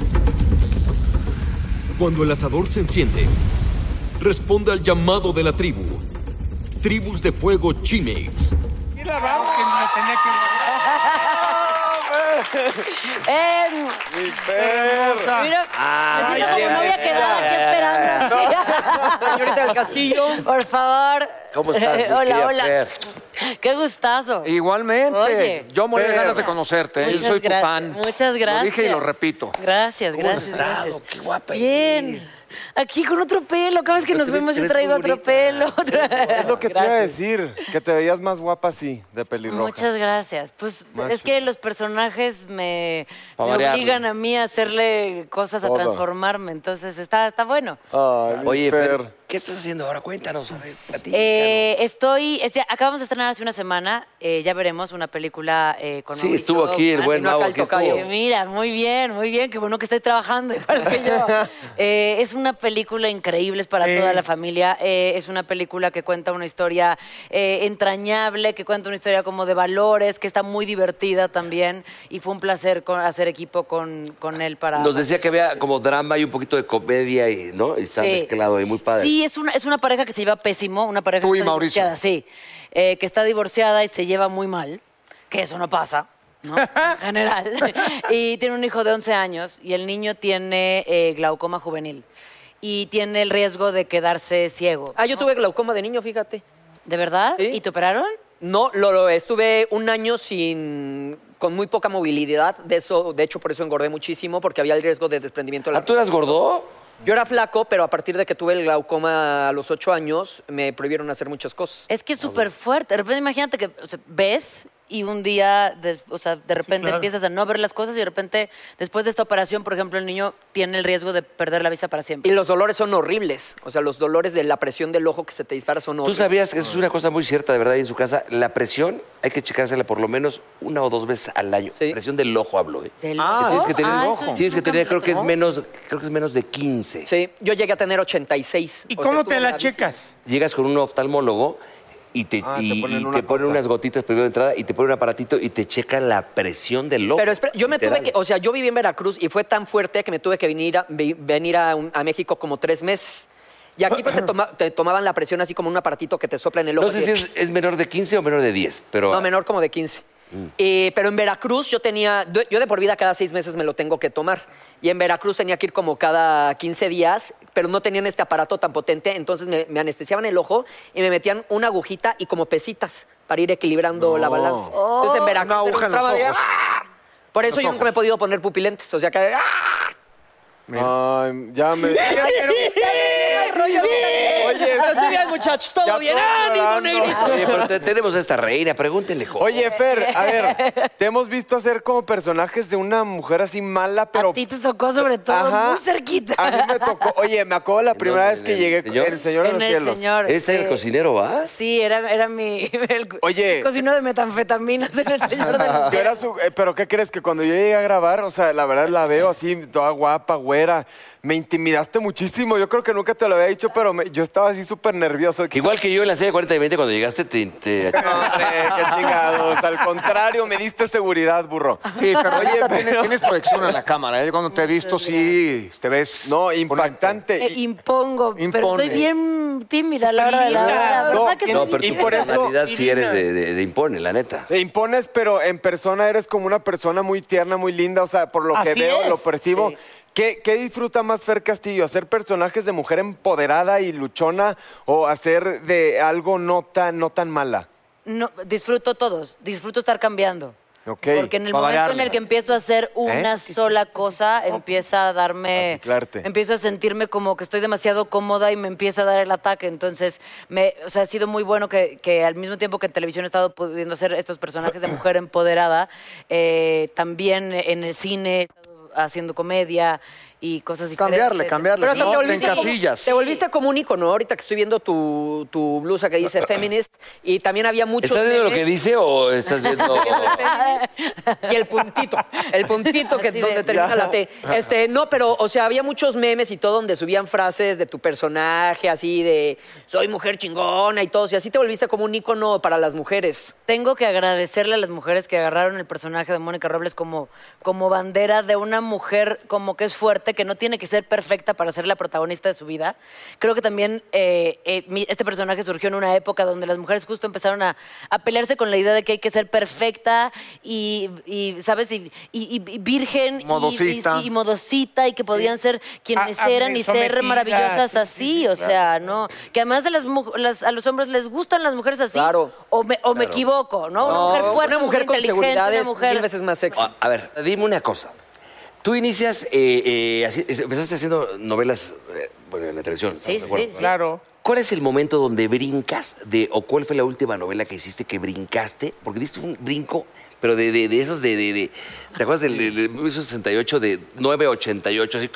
S8: Cuando el asador se enciende, responde al llamado de la tribu. Tribus de Fuego Chimex.
S6: Recibirla, vamos, que me tenía que...
S3: Em,
S9: Eh, mira,
S2: Ah,
S9: me siento como novia quedada aquí esperando.
S3: Señorita del Castillo.
S9: Por favor. Eh,
S2: ¿Cómo estás, mi querida
S9: hola, hola. Qué gustazo.
S4: Igualmente.
S9: Oye.
S4: yo morí de
S5: Fer.
S4: ganas de conocerte. ¿eh? Yo
S9: Muchas
S4: soy tu
S9: gracias,
S4: fan.
S9: Muchas gracias.
S4: Lo dije y lo repito.
S9: Gracias,
S2: ¿Cómo has
S9: gracias.
S2: estado?
S9: gracias.
S2: Qué guapa eres.
S9: Bien. Aquí con otro pelo. Cada vez que
S2: Pero
S9: nos
S2: te ves-
S9: vemos
S2: te
S9: yo
S2: ves
S9: traigo
S2: muy
S9: otro
S2: bonita.
S9: pelo.
S5: Es lo que te iba a decir, que te veías más guapa así, de pelirroja.
S9: Muchas gracias. Pues
S5: Más
S9: es que los personajes me,
S4: Pa'
S9: me
S4: variarle.
S9: obligan a mí a hacerle cosas,
S5: Todo.
S9: a transformarme. Entonces está, está bueno.
S5: Ay, mi
S2: Oye, Fer,
S5: Fer.
S2: ¿qué estás haciendo ahora? Cuéntanos, a ver, platícanos.
S9: Eh, estoy, es- acabamos de estrenar hace una semana, eh, ya veremos una película eh, con
S2: Sí,
S9: Mauricio
S2: estuvo aquí el
S9: Ockman.
S2: buen
S3: vino Ah, acá
S2: Mau,
S3: el
S2: aquí
S3: tocayo.
S9: Eh,
S2: estuvo.
S9: Mira, muy bien, muy bien, qué bueno que estés trabajando igual que yo. Eh, es una película increíble, es para
S6: Sí.
S9: toda la familia, eh, es una película que cuenta una historia eh, entrañable, que cuenta una historia como de valores, que está muy divertida también y fue un placer con- hacer equipo con, con él para...
S2: Nos decía que había como drama y un poquito de comedia, y, ¿no? Y está
S9: Sí.
S2: mezclado ahí, muy padre.
S9: Sí, es una, es una pareja que se lleva pésimo, una pareja
S4: Tú
S9: que
S4: y
S9: está
S4: Mauricio.
S9: divorciada, sí, eh, que está divorciada y se lleva muy mal, que eso no pasa. ¿no? En general. y tiene un hijo de 11 años y el niño tiene eh, glaucoma juvenil y tiene el riesgo de quedarse ciego.
S3: Ah, yo tuve glaucoma de niño, fíjate.
S9: ¿De verdad?
S3: Sí.
S9: ¿Y te operaron?
S3: No, lo, lo- estuve un año sin con muy poca movilidad, de eso, de hecho por eso engordé muchísimo porque había el riesgo de desprendimiento de la
S2: ¿Ah, tú eras gordo?
S3: Yo era flaco, pero a partir de que tuve el glaucoma a los ocho años me prohibieron hacer muchas cosas.
S9: Es que es súper fuerte. De repente imagínate que o sea, ves y un día, de, o sea, de repente
S6: claro.
S9: empiezas a no ver las cosas y de repente, después de esta operación, por ejemplo, el niño tiene el riesgo de perder la vista para siempre.
S3: Y los dolores son horribles, o sea, los dolores de la presión del ojo que se te dispara son
S2: ¿Tú
S3: horribles.
S2: sabías que eso es una cosa muy cierta, de verdad, y en su casa? La presión hay que checársela por lo menos una o dos veces al año.
S3: Sí.
S2: Presión del ojo hablo, ¿eh?
S9: Del
S4: Ah,
S2: Tienes que tener,
S9: Ah, eso
S2: tienes que
S9: nunca
S2: tener
S9: me
S2: creo que es
S9: tocó.
S2: menos, creo que es menos de 15.
S3: Sí, yo llegué a tener 86.
S6: ¿Y
S3: o sea,
S6: cómo
S3: estuve
S6: te la
S3: gravísimo.
S6: checas?
S2: Llegas con un oftalmólogo y te,
S5: Ah,
S2: y-
S5: te
S2: y te
S5: ponen
S2: ponen,
S5: una cosa.
S2: unas gotitas primero de entrada y te ponen un aparatito y te checa la presión del ojo.
S3: Pero espera, yo me tuve
S2: literal.
S3: que, o sea, yo viví en Veracruz y fue tan fuerte que me tuve que venir a, vi- venir a, un- a México como tres meses. Y aquí pues, te, toma- te tomaban la presión así como un aparatito que te sopla en el ojo.
S2: No sé
S3: así
S2: si
S3: de-
S2: es, es menor de 15 o menor de 10, pero... Mm.
S3: No, menor como de 15. Eh, pero en Veracruz yo tenía, yo de por vida cada seis meses me lo tengo que tomar. Y en Veracruz tenía que ir como cada 15 días, pero no tenían este aparato tan potente, entonces me, me anestesiaban el ojo y me metían una agujita y como pesitas para ir equilibrando la balanza. Entonces en Veracruz
S4: Oh. Una aguja
S3: era
S4: en
S3: un
S4: los
S3: traba de-
S4: ojos.
S3: ¡Ah! Por eso yo nunca me he podido poner pupilentes, o sea que... ¡ah!
S5: Ay, ya me.
S3: Oye, pero sí bien, muchachos, todo
S5: Ya
S3: bien.
S5: todos
S3: ¡Ánimo,
S7: Ah,
S5: llorando.
S3: negrito!
S2: Oye, pero te- tenemos a esta reina, pregúntele, jo.
S5: Oye, Fer, a ver, te hemos visto hacer como personajes de una mujer así mala, pero.
S9: A ti te tocó sobre todo
S5: Ajá.
S9: muy cerquita.
S5: A mí me tocó. Oye, me acuerdo la primera
S2: dónde?
S5: vez que
S2: ¿En el
S5: llegué
S2: señor?
S5: con el Señor de
S9: en
S5: los
S9: el
S5: Cielos.
S9: señor.
S2: ¿Es el
S9: sí.
S2: cocinero, va?
S9: Sí, era, era mi. El, cu-
S5: Oye.
S9: el cocino de metanfetaminas en el señor de los
S5: Yo era
S9: Cielos.
S5: su- eh, pero ¿qué crees? Que cuando yo llegué a grabar, o sea, la verdad la veo así, toda guapa, güera. Me intimidaste muchísimo. Yo creo que nunca te lo había había dicho, pero me- yo estaba así súper nervioso.
S2: Igual que yo en la serie de 40 y 20 cuando llegaste te... te-
S5: qué chingados. Al contrario, me diste seguridad, burro.
S4: Sí, pero oye, tienes, tienes proyección en la cámara. ¿eh? Cuando te he visto, sí, te ves. No,
S5: impactante.
S9: Eh, impongo, pero
S4: Impone.
S9: estoy bien tímida a la hora de la hora. La verdad
S3: Ah,
S9: que
S2: no,
S9: sí.
S2: pero tu
S5: por eso,
S2: personalidad sí eres
S5: Irina.
S2: de, de- de impone, la neta.
S5: Te E impones, pero en persona eres como una persona muy tierna, muy linda. O sea, por lo
S2: Así
S5: que veo,
S2: es.
S5: lo percibo.
S2: Sí.
S5: ¿Qué, qué disfruta más Fer Castillo? ¿Hacer personajes de mujer empoderada y luchona o hacer de algo no tan, no tan mala?
S9: No, disfruto todos, disfruto estar cambiando.
S5: Ok,
S9: Porque en el
S5: pa'
S9: momento en
S5: variarle.
S9: el que empiezo a hacer una
S5: ¿Eh? Ah,
S9: sola cosa, empieza a darme...
S5: Reciclarte.
S9: Empiezo a sentirme como que estoy demasiado cómoda y me empieza a dar el ataque. Entonces, me, o sea, ha sido muy bueno que, que al mismo tiempo que en televisión he estado pudiendo hacer estos personajes de mujer empoderada, eh, también en el cine he estado haciendo comedia y cosas diferentes.
S4: Cambiarle, cambiarle.
S3: Pero hasta te volviste, como-
S4: encasillas.
S3: te volviste como un ícono. Ahorita que estoy viendo tu, tu blusa que dice feminist y también había muchos
S2: ¿Estás viendo lo
S3: memes.
S2: que dice o estás viendo...?
S3: y el puntito, el puntito que
S9: Así de-
S3: donde termina
S9: Ya.
S3: la T. Este, no, pero o sea, había muchos memes y todo donde subían frases de tu personaje así de soy mujer chingona y todo, y así te volviste como un ícono para las mujeres.
S9: Tengo que agradecerle a las mujeres que agarraron el personaje de Mónica Robles como, como bandera de una mujer como que es fuerte, que no tiene que ser perfecta para ser la protagonista de su vida. Creo que también eh, eh, mi- este personaje surgió en una época donde las mujeres justo empezaron a, a pelearse con la idea de que hay que ser perfecta y, y, ¿sabes? Y, y- y- y virgen y-
S4: Modosita.
S9: Y, y modosita y que podían ser
S6: Ah,
S9: quienes
S6: A- a-
S9: eran y ser
S6: sometidas,
S9: maravillosas
S6: sí,
S9: así, o sea, ¿no? Que además a, las, mu- las- a los hombres les gustan las mujeres así. Claro. O me, o me
S2: Claro.
S9: equivoco, ¿no? una
S3: No,
S9: mujer fuerte,
S3: una mujer con
S9: inteligente,
S3: seguridad
S9: una
S3: es
S9: mujer...
S3: mil veces más sexy.
S2: Ah, A- A ver, dime una cosa. Tú inicias, eh, eh, así- es- empezaste haciendo novelas, eh, bueno, en la televisión.
S9: Sí,
S2: ¿estamos de acuerdo?
S9: sí, sí. Claro.
S2: ¿Cuál es el momento donde brincas de, o cuál fue la última novela que hiciste que brincaste? Porque diste un brinco, pero de, de- de esos de, de- de- ¿Te acuerdas del de, de 1968, de 988? Así,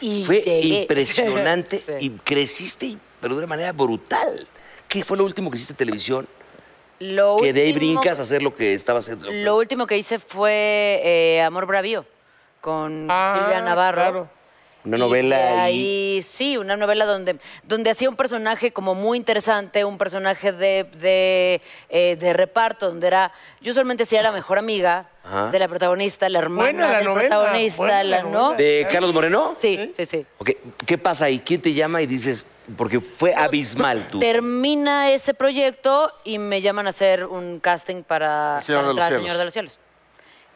S9: Y
S2: fue
S9: llegué.
S2: impresionante
S9: Sí.
S2: y creciste, pero de una manera brutal. ¿Qué fue lo último que hiciste en televisión?
S9: Lo
S2: que de ahí
S9: último-
S2: brincas a hacer lo que estaba haciendo.
S9: Lo último que hice fue eh, Amor Bravío con Silvia Navarro.
S2: Una
S9: Y de
S2: novela ahí.
S9: ahí, sí, una novela donde, donde hacía un personaje como muy interesante, un personaje de, de, eh, de reparto, donde era, yo solamente hacía la mejor amiga
S2: Ajá.
S9: de la protagonista, la hermana
S6: Buena la
S9: del
S6: novela,
S9: protagonista,
S6: buena
S9: la,
S6: la
S9: ¿no?
S2: ¿De Carlos Moreno?
S9: Sí, sí, sí.
S2: Ok, ¿Qué pasa ahí? ¿Quién te llama y dices? Porque fue abismal tú.
S9: Termina ese proyecto y me llaman a hacer un casting para,
S2: El Señor
S9: para
S2: de los
S9: entrar al
S2: Cielos.
S9: Señor de los Cielos.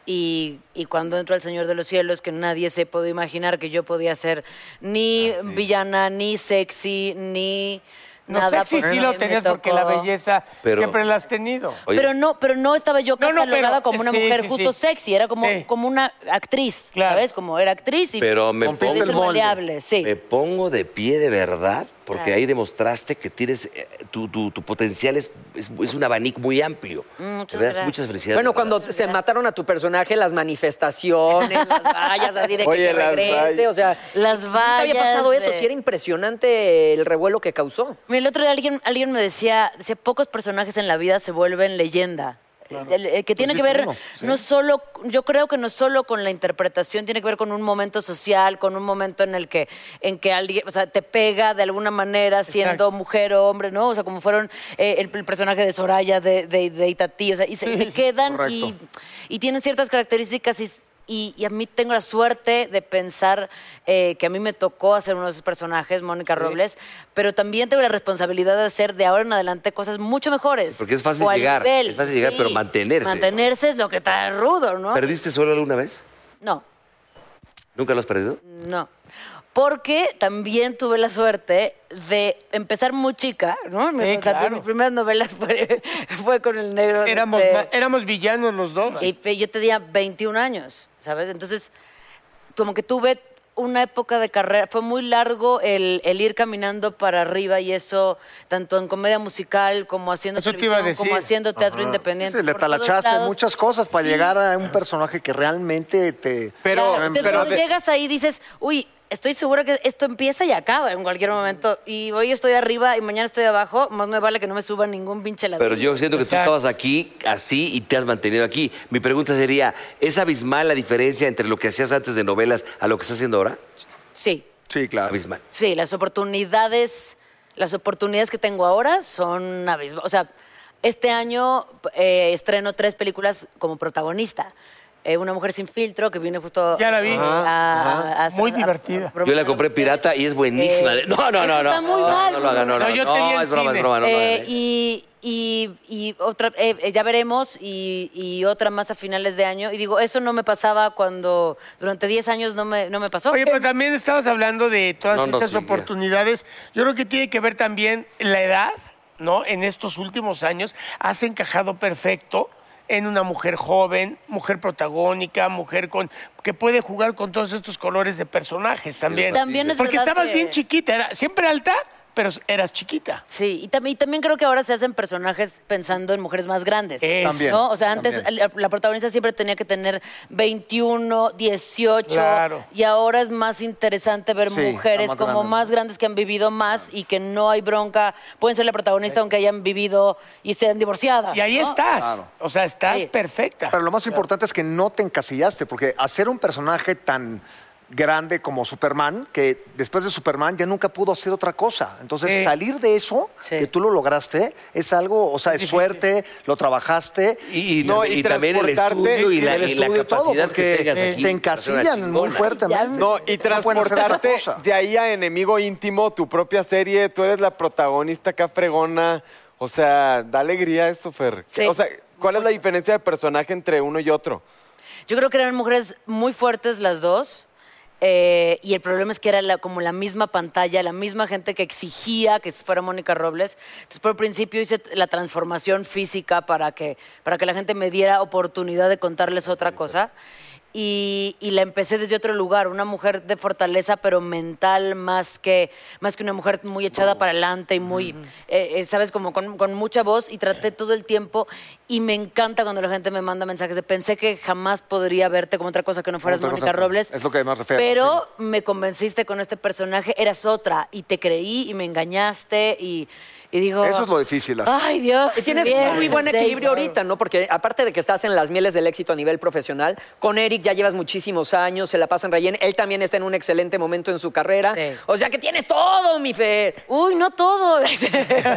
S9: Y, y cuando entro al Señor de los Cielos, que nadie se pudo imaginar que yo podía ser ni
S2: Ah,
S9: villana, ni sexy, ni
S6: No,
S9: nada.
S6: sexy sí
S9: porque
S6: lo
S9: me
S6: tenías porque la
S9: tocó-
S6: belleza
S2: Pero-
S6: siempre la has tenido.
S9: Pero no, pero no estaba yo
S6: No, no,
S9: catalogada
S6: pero-
S9: como una
S6: sí,
S9: mujer
S6: sí,
S9: justo
S6: sí.
S9: sexy, era como,
S6: Sí.
S9: como una actriz, ¿sabes? Como era actriz y
S2: Pero me
S9: podía
S2: pongo
S9: ser maleable, sí.
S2: Me pongo de pie de verdad, porque
S9: Claro.
S2: ahí demostraste que tienes eh, tu, tu- tu potencial es, es, es un abanico muy amplio.
S9: Mm,
S3: Muchas
S2: De verdad, Muchas felicidades.
S3: Bueno, cuando se mataron a tu personaje, las manifestaciones, las vallas así de que,
S2: Oye,
S3: que
S2: las
S3: regrese,
S2: vallas.
S3: o sea,
S9: Las
S3: nunca había pasado
S9: vallas
S3: eso,
S9: de-
S3: sí era impresionante el revuelo que causó.
S9: Mira, el otro día alguien, alguien me decía, decía, pocos personajes en la vida se vuelven leyenda. El- el que tiene
S3: Pues
S9: que ver,
S3: viste uno, sí.
S9: no solo, yo creo que no solo con la interpretación, tiene que ver con un momento social, con un momento en el que, en que alguien, o sea, te pega de alguna manera siendo
S6: Exacto.
S9: mujer o hombre, ¿no? O sea, como fueron eh, el, el personaje de Soraya, de, de, de Itatí, o sea, y se,
S6: Sí,
S9: y
S6: sí,
S9: se
S6: sí,
S9: quedan y,
S6: correcto.
S9: y tienen ciertas características y, y- y a mí tengo la suerte de pensar eh, que a mí me tocó hacer uno de esos personajes, Mónica Robles, pero también tengo la responsabilidad de hacer de ahora en adelante cosas mucho mejores.
S2: Porque es fácil
S9: o al
S2: llegar,
S9: nivel,
S2: es fácil llegar,
S9: sí.
S2: pero mantenerse.
S9: Mantenerse es lo que está rudo, ¿no?
S2: ¿Perdiste solo alguna vez?
S9: No,
S2: ¿Nunca lo has perdido?
S9: no. Porque también tuve la suerte de empezar muy chica, ¿no?
S6: Sí,
S9: O sea,
S6: claro.
S9: mis primeras novelas fue, fue con el negro.
S6: Éramos,
S9: este,
S6: ma- éramos villanos los dos.
S9: y fe- yo tenía 21 años, ¿sabes? Entonces, como que tuve una época de carrera, fue muy largo el, el ir caminando para arriba y eso, tanto en comedia musical como haciendo
S6: Eso te
S9: televisión,
S6: iba a
S9: como
S6: decir.
S9: haciendo teatro
S4: Ajá.
S9: independiente.
S4: Sí, le
S9: por todos
S4: talachaste
S9: lados.
S4: muchas cosas para
S9: Sí.
S4: llegar a un personaje que realmente te.
S9: Claro,
S4: te
S9: entonces cuando llegas ahí dices, uy, estoy segura que esto empieza y acaba en cualquier momento. Y hoy estoy arriba y mañana estoy abajo, más me vale que no me suba ningún pinche ladrillo.
S2: Pero yo siento que tú estabas aquí así y te has mantenido aquí. Mi pregunta sería, ¿es abismal la diferencia entre lo que hacías antes de novelas a lo que estás haciendo ahora?
S9: Sí.
S2: Sí, claro. Abismal.
S9: Sí, las oportunidades, las oportunidades que tengo ahora son abismales. O sea, este año eh, estreno tres películas como protagonista. Eh, una mujer sin filtro que viene justo
S6: Ya la vi.
S9: eh,
S6: Ajá,
S9: a- a-
S6: Muy
S9: a-
S6: divertida.
S2: Yo la compré pirata y es buenísima.
S9: Eh,
S2: no, no,
S9: eso
S2: no, no.
S9: está muy
S2: no,
S9: mal.
S2: No lo hagan, no, no.
S6: No, yo
S2: no,
S6: te vi en
S2: es broma,
S6: cine.
S2: es broma, no, no,
S9: Eh,
S2: no.
S9: y, y- y otra, eh, eh, ya veremos, y, y otra más a finales de año. Y digo, eso no me pasaba cuando, durante 10 años no me, no me pasó.
S6: Oye, pero también estabas hablando de todas
S2: No, no,
S6: estas
S2: sí, mira.
S6: oportunidades. Yo creo que tiene que ver también la edad, ¿no? En estos últimos años has encajado perfecto en una mujer joven, mujer protagónica, mujer con que puede jugar con todos estos colores de personajes también.
S9: También es
S6: Porque
S9: verdad
S6: estabas
S9: que-
S6: bien chiquita, era siempre alta, pero eras chiquita.
S9: Sí, y, tam- y también creo que ahora se hacen personajes pensando en mujeres más grandes.
S6: Es- También,
S9: ¿no? O sea, antes
S6: también.
S9: la, la protagonista siempre tenía que tener 21, 18,
S6: Claro.
S9: y ahora es más interesante ver
S6: Sí,
S9: mujeres
S6: la más
S9: como
S6: grande.
S9: más grandes que han vivido más y que no hay bronca. Pueden ser la protagonista aunque hayan vivido y sean divorciadas.
S6: Y ahí
S9: ¿no?
S6: estás.
S4: Claro.
S6: O sea, estás
S9: Sí.
S6: perfecta.
S4: Pero lo más importante es que no te encasillaste, porque hacer un personaje tan grande como Superman, que después de Superman ya nunca pudo hacer otra cosa. Entonces,
S6: Sí.
S4: salir de eso, que tú lo lograste, es algo, o sea, es suerte, lo trabajaste.
S2: Y- y tam- y también el estudio y la-
S4: el
S2: y la
S4: estudio, todo,
S2: capacidad
S4: porque
S2: que tengas
S4: Te
S2: aquí para hacer una
S4: encasillan muy
S2: chingona.
S4: fuertemente.
S5: No, y
S4: No pueden hacer otra
S5: transportarte
S4: cosa.
S5: de ahí a enemigo íntimo, tu propia serie, tú eres la protagonista acá fregona. O sea, da alegría eso, Fer.
S9: Sí.
S5: O sea, ¿cuál es la diferencia de personaje entre uno y otro?
S9: Yo creo que eran mujeres muy fuertes las dos. eh, y el problema es que era la- como la misma pantalla, la misma gente que exigía que fuera Mónica Robles. Entonces, por principio hice t- la transformación física para que, para que la gente me diera oportunidad de contarles otra cosa. Y, y la empecé desde otro lugar, una mujer de fortaleza, pero mental más que, más que una mujer muy echada para adelante y muy, eh, eh, ¿sabes? Como con, con mucha voz y traté todo el tiempo y me encanta cuando la gente me manda mensajes de pensé que jamás podría verte como otra cosa que no fueras
S4: Otra cosa,
S9: Mónica Robles.
S4: Es lo que más refiero.
S9: Pero me convenciste con este personaje, eras otra y te creí y me engañaste y, y digo...
S4: Eso es lo difícil. así.
S9: Ay, Dios.
S3: Y Tienes
S9: bien,
S3: muy buen
S9: Dave.
S3: equilibrio ahorita, ¿no? Porque aparte de que estás en las mieles del éxito a nivel profesional, con Eric ya llevas muchísimos años, se la pasan relleno. Él también está en un excelente momento en su carrera.
S9: Sí.
S3: O sea que tienes todo, mi Fer.
S9: Uy, no todo.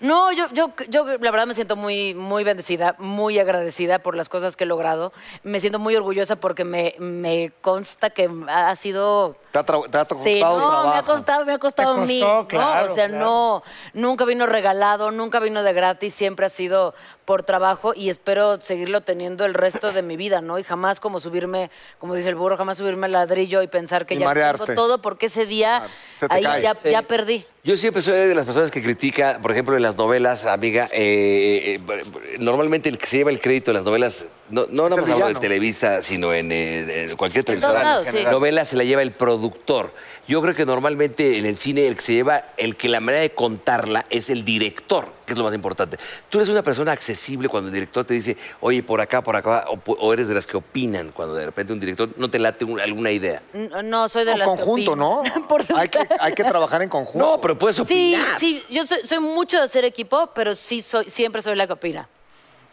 S9: no, yo, yo, yo la verdad me siento muy, muy bendecida, muy agradecida por las cosas que he logrado. Me siento muy orgullosa porque me, me consta que ha sido...
S4: Te ha, tra- te ha costado
S9: Sí, no, me ha
S4: trabajo.
S9: costado, me ha costado
S6: Te
S9: a mí.
S6: costó,
S9: ¿no?
S6: claro,
S9: o sea,
S6: claro.
S9: no, nunca vino regalado, nunca vino de gratis, siempre ha sido por trabajo y espero seguirlo teniendo el resto de mi vida, ¿no? Y jamás como subirme, como dice el burro, jamás subirme al ladrillo y pensar que
S4: Y
S9: ya
S4: marearte.
S9: tengo todo, porque ese día
S4: se te
S9: ahí
S4: cae.
S9: ya,
S4: Sí.
S9: ya perdí.
S2: Yo siempre soy de las personas que critica, por ejemplo, en las novelas, amiga, eh, eh, normalmente el que se lleva el crédito en las novelas, no, no nada más hablo de
S4: villano.
S2: Televisa, sino en eh, de cualquier televisora,
S9: lados, sí.
S2: novela se la lleva el productor. Yo creo que normalmente en el cine el que se lleva, el que la manera de contarla es el director, que es lo más importante. Tú eres una persona accesible cuando el director te dice, oye, por acá, por acá, o, o eres de las que opinan cuando de repente un director no te late un- alguna idea.
S9: No, no, soy de
S4: En
S9: las que
S4: conjunto, ¿no?
S9: opinan. Por
S4: Hay que, hay que trabajar en conjunto.
S2: No, pero puedes
S9: Sí,
S2: opinar.
S9: sí, yo soy, soy mucho de hacer equipo, pero sí soy, siempre soy la que opina.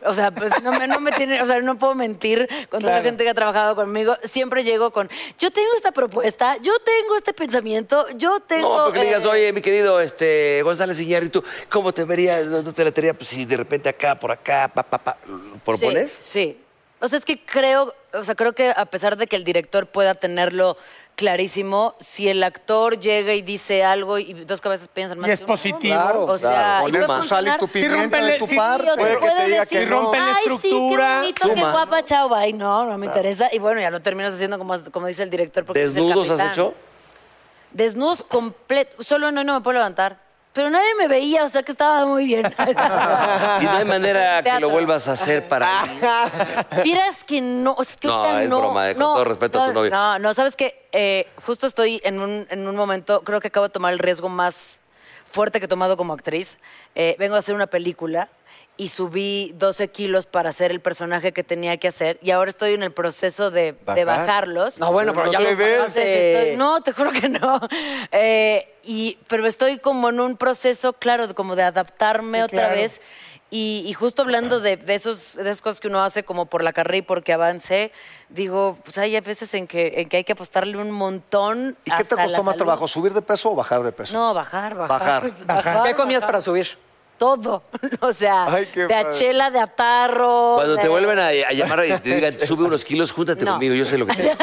S9: O sea, pues, no, me, no me tiene, o sea, no puedo mentir con toda la gente que ha trabajado conmigo. Siempre llego con, yo tengo esta propuesta, yo tengo este pensamiento, yo tengo...
S2: No, porque le digas,
S9: eh,
S2: oye, mi querido este, González Iñárritu, ¿cómo te vería? ¿No, no te latería? Pues si de repente acá, por acá, pa, pa, pa.
S9: Sí,
S2: ¿Propones?
S9: Sí. O sea, es que creo, o sea, creo que a pesar de que el director pueda tenerlo clarísimo, si el actor llega y dice algo y dos cabezas piensan más
S6: Y es
S9: que una,
S6: positivo.
S9: o sea,
S4: Claro.
S9: y puede
S4: Ponle más sal y
S9: funcionar.
S4: tu
S6: Sí,
S4: pimienta
S6: rómpele,
S4: de tu
S6: sí,
S4: parte.
S9: Sí, otro
S5: que te
S9: puede
S5: diga que
S9: decir,
S5: no.
S6: rompe la
S9: ay,
S6: estructura".
S9: Sí, qué bonito,
S4: Suma.
S9: qué guapa, chao, ay, no, no me interesa. Y bueno, ya lo terminas haciendo como, como dice el director. Porque es el
S2: ¿Desnudos has
S9: capitán.
S2: hecho?
S9: Desnudos completos. Solo no, no me puedo levantar. Pero nadie me veía, o sea que estaba muy bien.
S2: Y no hay manera que
S9: Teatro. Ah.
S2: lo vuelvas a hacer para mí.
S9: Vieras que no, es que
S2: No,
S9: ahorita
S2: es
S9: no.
S2: broma, eh, con
S9: no,
S2: todo respeto a tu
S9: no,
S2: novio.
S9: No, no, sabes que justo estoy en un, en un momento, creo que acabo de tomar el riesgo más fuerte que he tomado como actriz. Eh, vengo a hacer una película y subí 12 kilos para hacer el personaje que tenía que hacer y ahora estoy en el proceso de, de bajarlos.
S3: No, bueno, pero ya
S5: te
S3: lo
S5: ves.
S9: Entonces,
S3: pagaste.
S9: estoy- no, te juro que no. Eh, y, pero estoy como en un proceso, claro, de- como de adaptarme otra vez. Y, y justo hablando de, de esos, de esas cosas que uno hace como por la carrera y porque avance, digo, pues hay veces en que, en que hay que apostarle un montón.
S4: ¿Y qué te costó más trabajo, subir de peso o bajar de peso?
S9: No, bajar, bajar.
S4: Bajar.
S3: ¿Qué comías para subir?
S9: Todo. O sea,
S4: Ay, qué
S9: de
S4: padre.
S9: achela, de atarro.
S2: Cuando te
S9: de-
S2: vuelven a, a llamar y te digan, sube unos kilos, júntate
S9: No.
S2: conmigo, yo sé lo que te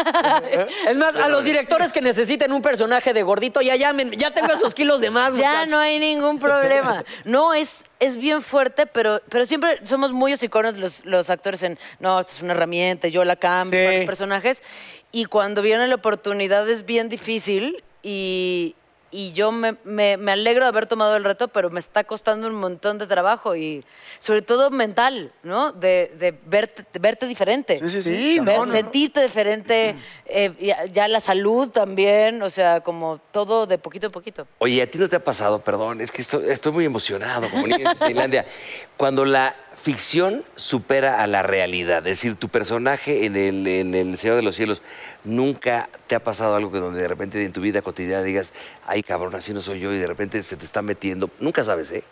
S3: Es más, a los directores que necesiten un personaje de gordito, ya llamen, ya tengo esos kilos de más.
S9: Ya
S3: muchachos.
S9: no hay ningún problema. No, es, es bien fuerte, pero, pero siempre somos muy hocicones los, los actores en, no, esto es una herramienta, yo la cambio, para los personajes. Y cuando viene la oportunidad es bien difícil y, y yo me, me- me alegro de haber tomado el reto, pero me está costando un montón de trabajo y sobre todo mental, ¿no? De, de verte, de verte diferente.
S4: sí, sí. Sí,
S9: Ver-
S4: no, no, no.
S9: sentirte diferente, eh, ya- ya la salud también, o sea, como todo de poquito a poquito.
S2: Oye, ¿a ti no te ha pasado? Perdón, es que esto- estoy muy emocionado como niño en Tailandia. Cuando la ficción supera a la realidad, es decir, tu personaje en el, en el Señor de los Cielos, ¿nunca te ha pasado algo que donde de repente en tu vida cotidiana digas, ay cabrón, así no soy yo, y de repente se te está metiendo? Nunca sabes, ¿eh?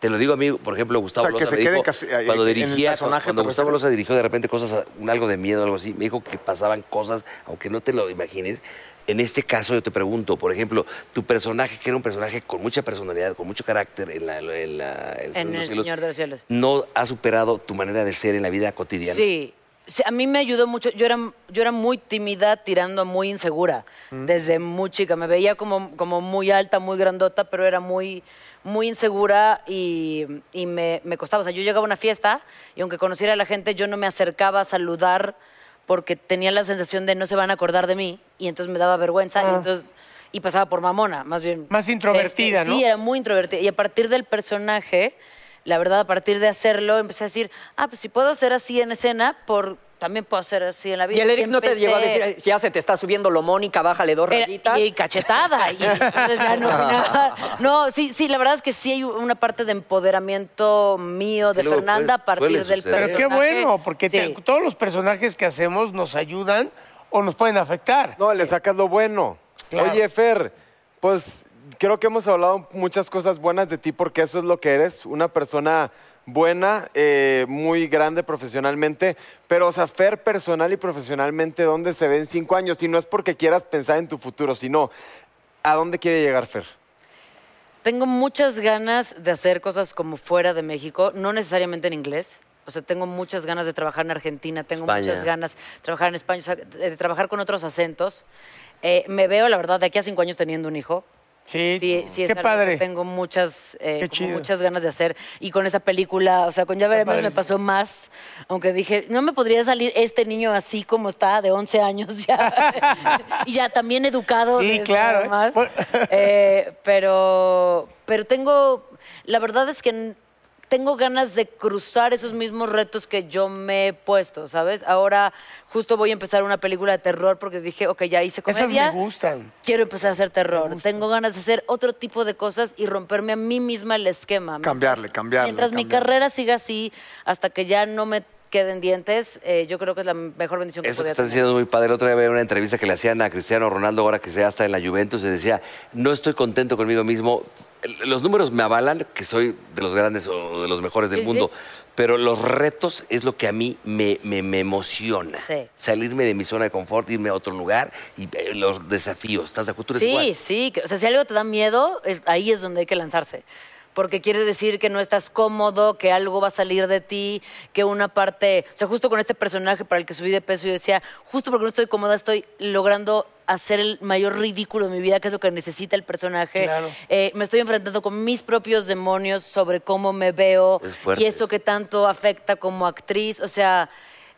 S2: Te lo digo a mí, por ejemplo, Gustavo
S4: O sea, que se
S2: Loza me
S4: quede
S2: dijo,
S4: casi- eh,
S2: cuando
S4: en el
S2: dirigía,
S4: personaje,
S2: cuando
S4: ¿te
S2: Gustavo
S4: refieres?
S2: Loza dirigió de repente cosas, un algo de miedo, algo así, me dijo que pasaban cosas, aunque no te lo imagines. En este caso yo te pregunto, por ejemplo, tu personaje, que era un personaje con mucha personalidad, con mucho carácter en, la, en la- el Señor
S9: En
S2: de los
S9: el
S2: Cielos,
S9: Señor de los Cielos.
S2: ¿no ha superado tu manera de ser en la vida cotidiana?
S9: Sí. Sí, a mí me ayudó mucho. Yo era, yo era muy tímida, tirando a muy insegura desde muy chica. Me veía como, como muy alta, muy grandota, pero era muy, muy insegura y, y me, me costaba. O sea, yo llegaba a una fiesta y aunque conociera a la gente, yo no me acercaba a saludar porque tenía la sensación de no se van a acordar de mí y entonces me daba vergüenza y entonces y pasaba por mamona, más bien.
S6: Ah. Más introvertida,
S9: Este,
S6: ¿no?
S9: Sí, era muy introvertida. Y a partir del personaje, la verdad, a partir de hacerlo, empecé a decir, ah, pues si puedo ser así en escena, por también puedo ser así en la vida.
S3: Y el Eric no te
S9: Empecé-
S3: llegó a decir, si ya se te está subiendo lo Mónica, bájale dos
S9: Era-
S3: rayitas.
S9: y cachetada. y entonces ya no, no. No, sí, sí, la verdad es que sí hay una parte de empoderamiento mío,
S2: Es que
S9: de
S2: luego
S9: Fernanda, a
S2: puede- suele
S9: partir del
S2: suceder.
S9: personaje.
S6: Pero qué bueno, porque te-
S9: Sí.
S6: todos los personajes que hacemos nos ayudan o nos pueden afectar.
S5: No, le sacas lo bueno.
S6: Claro.
S5: Oye, Fer, pues creo que hemos hablado muchas cosas buenas de ti porque eso es lo que eres, una persona buena, eh, muy grande profesionalmente, pero, o sea, Fer personal y profesionalmente, ¿dónde se ve en cinco años? Y no es porque quieras pensar en tu futuro, sino, ¿a dónde quiere llegar Fer?
S9: Tengo muchas ganas de hacer cosas como fuera de México, no necesariamente en inglés. O sea, tengo muchas ganas de trabajar en Argentina, tengo
S2: España.
S9: muchas ganas de trabajar en España, o sea, de de trabajar con otros acentos. Eh, me veo, la verdad, de aquí a cinco años teniendo un hijo.
S6: Sí,
S9: Sí, sí, es
S6: qué
S9: algo que
S6: padre.
S9: tengo muchas, eh,
S6: Qué
S9: como
S6: chido.
S9: muchas ganas de hacer. Y con esa película, o sea, con Ya Veremos me
S6: padrísimo.
S9: pasó más. Aunque dije, no me podría salir este niño así como está, de 11 años ya. y ya también educado.
S6: Sí,
S9: de-
S6: claro, ¿eh?
S9: Más.
S6: Bueno.
S9: Eh, pero, pero tengo, la verdad es que n- tengo ganas de cruzar esos mismos retos que yo me he puesto, ¿sabes? Ahora justo voy a empezar una película de terror porque dije, ok, ya hice comedia
S6: Esas me gustan.
S9: quiero empezar a hacer terror, tengo ganas de hacer otro tipo de cosas y romperme a mí misma el esquema.
S4: Cambiarle, cambiarle.
S9: Mientras mi
S4: cambiarle.
S9: carrera siga así, hasta que ya no me queden dientes, eh, yo creo que es la mejor bendición que
S2: Eso que
S9: podía
S2: estás
S9: tener.
S2: diciendo es muy padre. La Otra vez había una entrevista que le hacían a Cristiano Ronaldo, ahora que sea hasta en la Juventus, y decía, no estoy contento conmigo mismo. El- Los números me avalan que soy de los grandes o de los mejores del
S9: Sí, sí.
S2: mundo, pero los retos es lo que a mí me, me- me emociona.
S9: Sí.
S2: Salirme de mi zona de confort, irme a otro lugar y eh, los desafíos. ¿Estás de acuerdo? Tú eres
S9: Sí,
S2: igual.
S9: sí. que- O sea, si algo te da miedo, eh, ahí es donde hay que lanzarse. Porque quiere decir que no estás cómodo, que algo va a salir de ti, que una parte. O sea, justo con este personaje para el que subí de peso, yo decía, justo porque no estoy cómoda, estoy logrando hacer el mayor ridículo de mi vida, que es lo que necesita el personaje.
S6: Claro.
S9: Eh, me estoy enfrentando con mis propios demonios sobre cómo me veo
S2: Es fuerte.
S9: y eso que tanto afecta como actriz. O sea,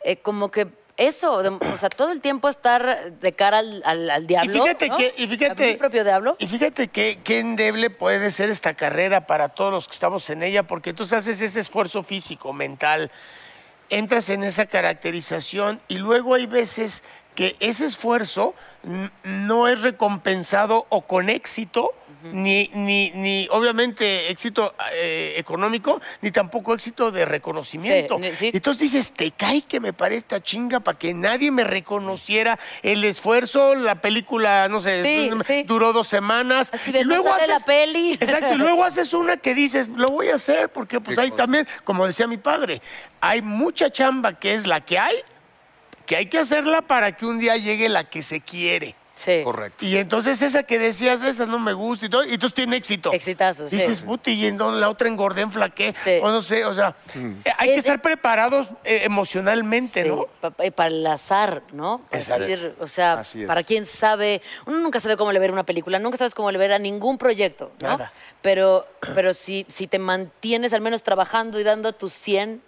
S9: eh, como que eso, de- o sea, todo el tiempo estar de cara al, al- al diablo.
S6: y fíjate
S9: ¿no?
S6: que, y
S9: A
S6: fíjate,
S9: mi propio diablo.
S6: Y fíjate que qué endeble puede ser esta carrera para todos los que estamos en ella, porque tú haces ese esfuerzo físico, mental, entras en esa caracterización y luego hay veces que ese esfuerzo n- no es recompensado o con éxito ni, ni, ni obviamente éxito eh, económico, ni tampoco éxito de reconocimiento.
S9: Sí, ni- sí.
S6: Entonces dices, te cae que me pare esta chinga para que nadie me reconociera el esfuerzo, la película, no sé,
S9: Sí,
S6: du-
S9: sí.
S6: duró dos semanas. y luego
S9: pásate
S6: haces,
S9: la peli.
S6: Exacto, y luego haces una que dices, lo voy a hacer, porque pues hay también, como decía mi padre, hay mucha chamba que es la que hay, que hay que hacerla para que un día llegue la que se quiere.
S9: Sí.
S4: Correcto.
S6: Y entonces esa que decías, esa no me gusta y todo, y entonces tiene éxito. Exitazos,
S9: sí.
S6: Dices, puta, y en la otra engordé, enflaqué, o no sé, o sea, eh, hay que estar preparados eh, emocionalmente, ¿no?
S9: Pa- pa- Para el azar, ¿no? Para
S6: Exacto.
S9: decir, o sea,
S6: Así es.
S9: para quien sabe, uno nunca sabe cómo le ver una película, nunca sabes cómo le ver a ningún proyecto, ¿no?
S6: Nada.
S9: Pero, pero si, si te mantienes al menos trabajando y dando tus 100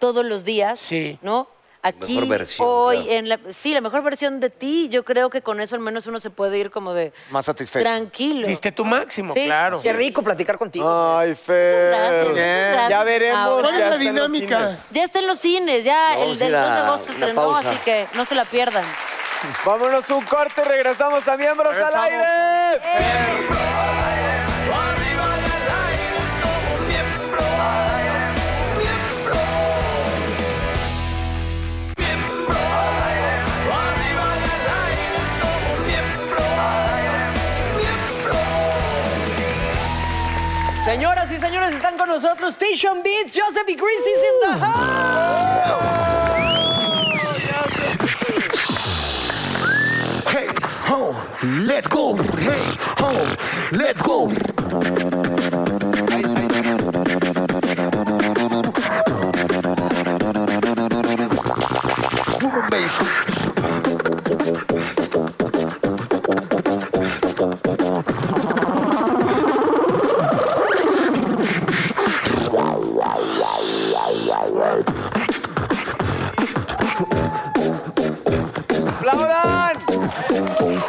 S9: todos los días, ¿no? Aquí,
S2: Mejor versión,
S9: hoy,
S2: claro.
S9: en la, sí, la mejor versión de ti, yo creo que con eso al menos uno se puede ir como de
S4: Más satisfecho.
S9: tranquilo.
S6: Diste tu máximo,
S9: Sí.
S6: claro.
S9: Qué
S3: rico platicar contigo.
S5: Ay, Fer.
S9: Muchas gracias.
S5: Ya veremos. ya
S9: Ahora. ¿Cuál es la
S5: está en los
S9: dinámica?
S5: cines.
S9: Ya está en los cines, ya
S5: Vamos
S9: el
S5: a
S9: del
S5: ir a
S9: 2 de agosto
S5: una
S9: estrenó,
S5: pausa.
S9: así que no se la pierdan.
S5: Vámonos un corte, regresamos a Miembros al Aire.
S3: Señoras y señores, están con nosotros Station Beats, Joseph y ¡Ah! Christy in the house.
S1: Hey, ho, let's go. Hey, ho, let's go.
S5: ¡Aplaudan!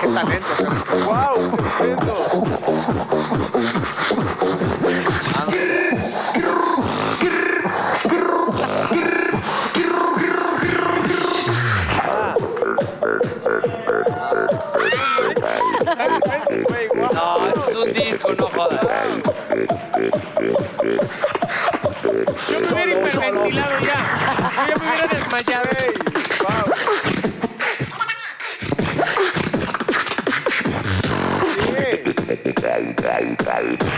S4: ¡Qué talento!
S5: ¡Wow!
S2: No, es un disco, no jodas.
S6: Yo me hubiera hiperventilado ya. Yo ya me hubiera desmayado.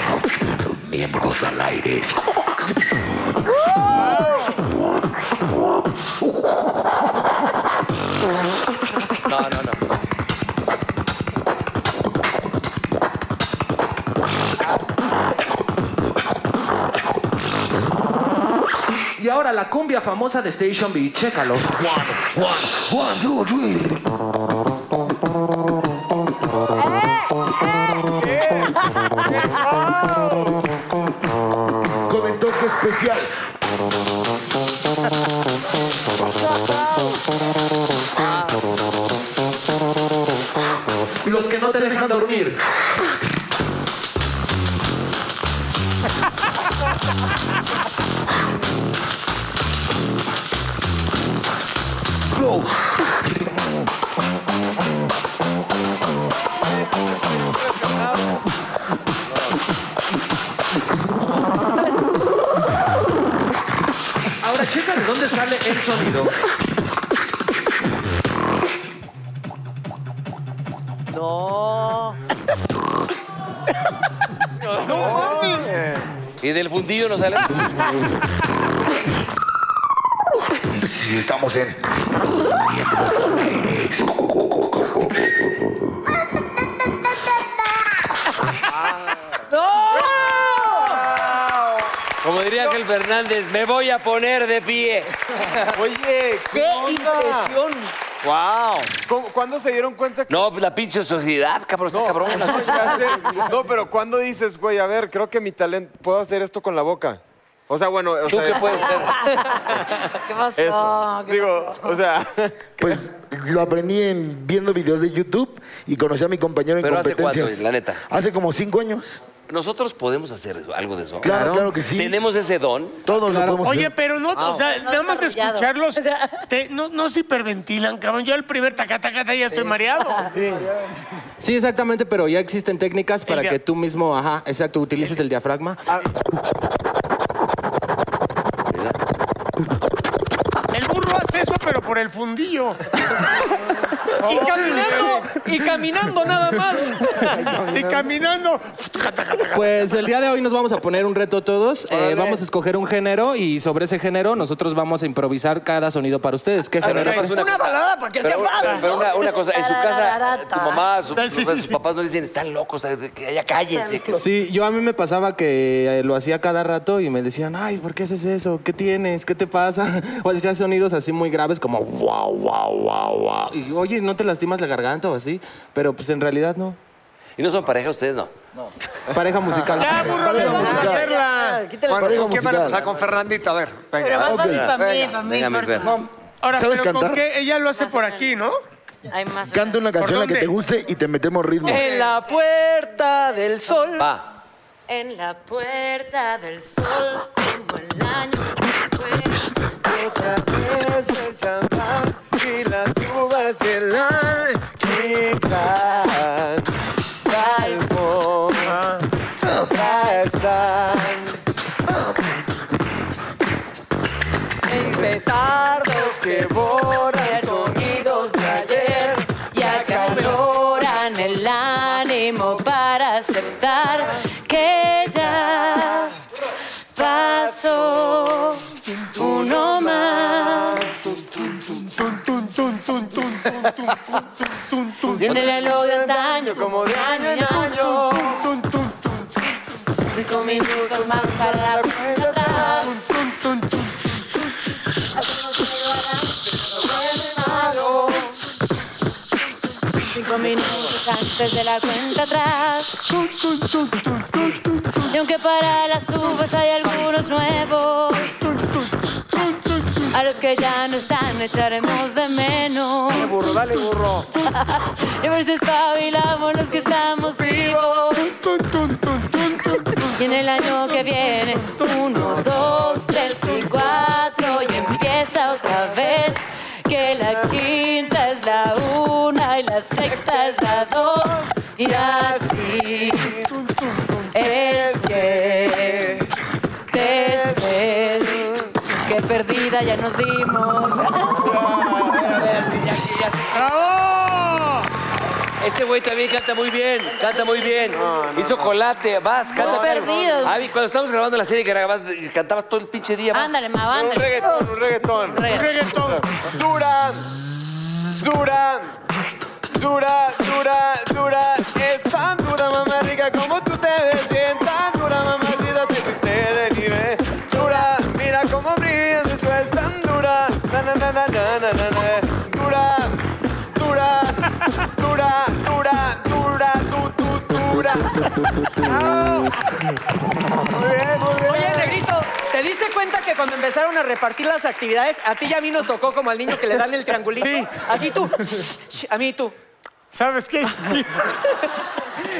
S1: Miembros al aire.
S2: No, no, no.
S10: Y ahora la cumbia famosa de Station B, chécalo. One, one, one, two, three.
S1: Con el toque especial.
S10: Los que no te dejan dormir.
S1: Flow.
S10: Ahora checa de dónde sale el sonido.
S3: No.
S2: ¿Y del fundillo no sale?
S1: Si estamos en.
S2: Como diría Ángel Fernández, me voy a poner de pie.
S5: Oye,
S2: qué impresión. ¡Wow!
S5: ¿Cuándo se dieron cuenta que.?
S2: No, pues, la pinche sociedad, cabrón, está cabrón.
S5: No, ya sé. No, pero cuando dices, güey, a ver, creo que mi talento, puedo hacer esto con la boca. O sea, bueno, o
S2: ¿Tú
S5: sea,
S2: qué puedes ser?
S9: ¿Qué pasó?
S5: Esto.
S9: ¿Qué
S5: Digo, o sea.
S10: Pues lo aprendí en, viendo videos de YouTube y conocí a mi compañero en
S2: ¿Pero hace
S10: competencias.
S2: cuánto, la neta?
S10: Hace como cinco años.
S2: Nosotros podemos hacer eso, algo de eso.
S6: Claro, claro que sí.
S2: Tenemos ese don.
S6: Todos
S2: lo podemos
S6: Oye,
S2: hacer.
S6: pero no,
S2: Ah,
S6: o sea,
S2: no
S6: nada más de
S2: desarrollado.
S6: escucharlos, te- no, no se hiperventilan, cabrón. Yo al primer tacatacata ya estoy mareado.
S11: Sí, exactamente, pero ya existen técnicas para
S6: dia-
S11: que tú mismo, ajá, exacto, utilices el diafragma.
S6: El burro hace eso, pero por el fundillo. Oh,
S3: Y caminando, y caminando nada más.
S6: y caminando.
S11: Pues el día de hoy nos vamos a poner un reto todos. Eh, vamos a escoger un género y sobre ese género nosotros vamos a improvisar cada sonido para ustedes. ¿Qué género?
S2: una
S3: balada para que
S2: sea fácil. Pero una, una cosa, en su casa, tu mamá, su-
S11: Sí, sí,
S2: sus papás no dicen, están locos, que ya cállense. que-
S11: Sí, yo a mí me pasaba que eh, lo hacía cada rato y me decían, ay, ¿por qué haces eso? ¿Qué tienes? ¿Qué te pasa? O hacía sonidos así muy graves como wow, wow, wow, wow. Y oye, ¿no te lastimas la garganta o así? Pero pues en realidad no.
S2: ¿Y no son pareja ustedes, no?
S11: Pareja musical.
S2: Ya, burro,
S11: Pareja
S2: no vas a
S11: musical.
S2: hacerla.
S4: Bueno,
S11: Pareja
S4: ¿con quién van a
S11: musical.
S4: empezar? Con Fernandita, a ver. Venga.
S10: Pero más
S4: Ok.
S10: fácil para mí,
S4: Venga,
S10: para mí.
S4: venga, mi
S10: porfa.
S4: Fer.
S6: Ahora,
S12: ¿Sabes
S6: pero ¿con
S12: cantar?
S6: qué? Ella lo hace por aquí, ¿no?
S10: Hay más.
S12: Canta una
S6: ¿Por
S12: canción la que
S6: dónde?
S12: te guste y te metemos ritmo.
S3: En la puerta del sol.
S5: Ah.
S10: En la puerta del sol tengo el año pues,
S13: Otra vez el champán y las uvas se la quitan. Trae bomba, trae sal.
S3: En petardos que borran sonidos de ayer
S10: y acaloran el ánimo para aceptar que ya pasó uno más. Viene el reloj de antaño como de año en año. Cinco minutos más para la puerta. Cinco minutos antes de la cuenta atrás. Y aunque para las uvas hay algunos nuevos, a los que ya no están echaremos de menos. Dale burro, dale burro. y por eso espabilamos los que estamos vivos. Y en el año que viene, uno, dos, tres y cuatro, y empieza otra vez. Que la quinta es la una y la sexta es la dos, y así es que desde que perdida ya nos dimos.
S6: ¡Bravo!
S2: Este güey también canta muy bien, canta muy bien. Hizo colate, vas, canta.
S10: No, perdido.
S2: Abi, cuando estábamos grabando la serie que grababas- cantabas todo el pinche día. vas.
S10: Ándale, ma, ándale. Un reggaetón, un reggaetón.
S6: reggaetón.
S7: Dura, dura, dura, dura, dura. Es tan dura, mamá rica, como tú te ves bien. Tan dura, mamacita, te fuiste de nivel. Dura, mira cómo brillas, eso es tan dura. Na, na, na, na, na, na, na, na. Dura, dura, dura, dura, dura, du, du, dura.
S3: Oye, negrito, ¿te diste cuenta que cuando empezaron a repartir las actividades, a ti y a mí nos tocó como al niño que le dan el triangulito?
S6: Sí.
S3: Así tú, sh- sh- a mí tú.
S6: ¿Sabes qué? Sí.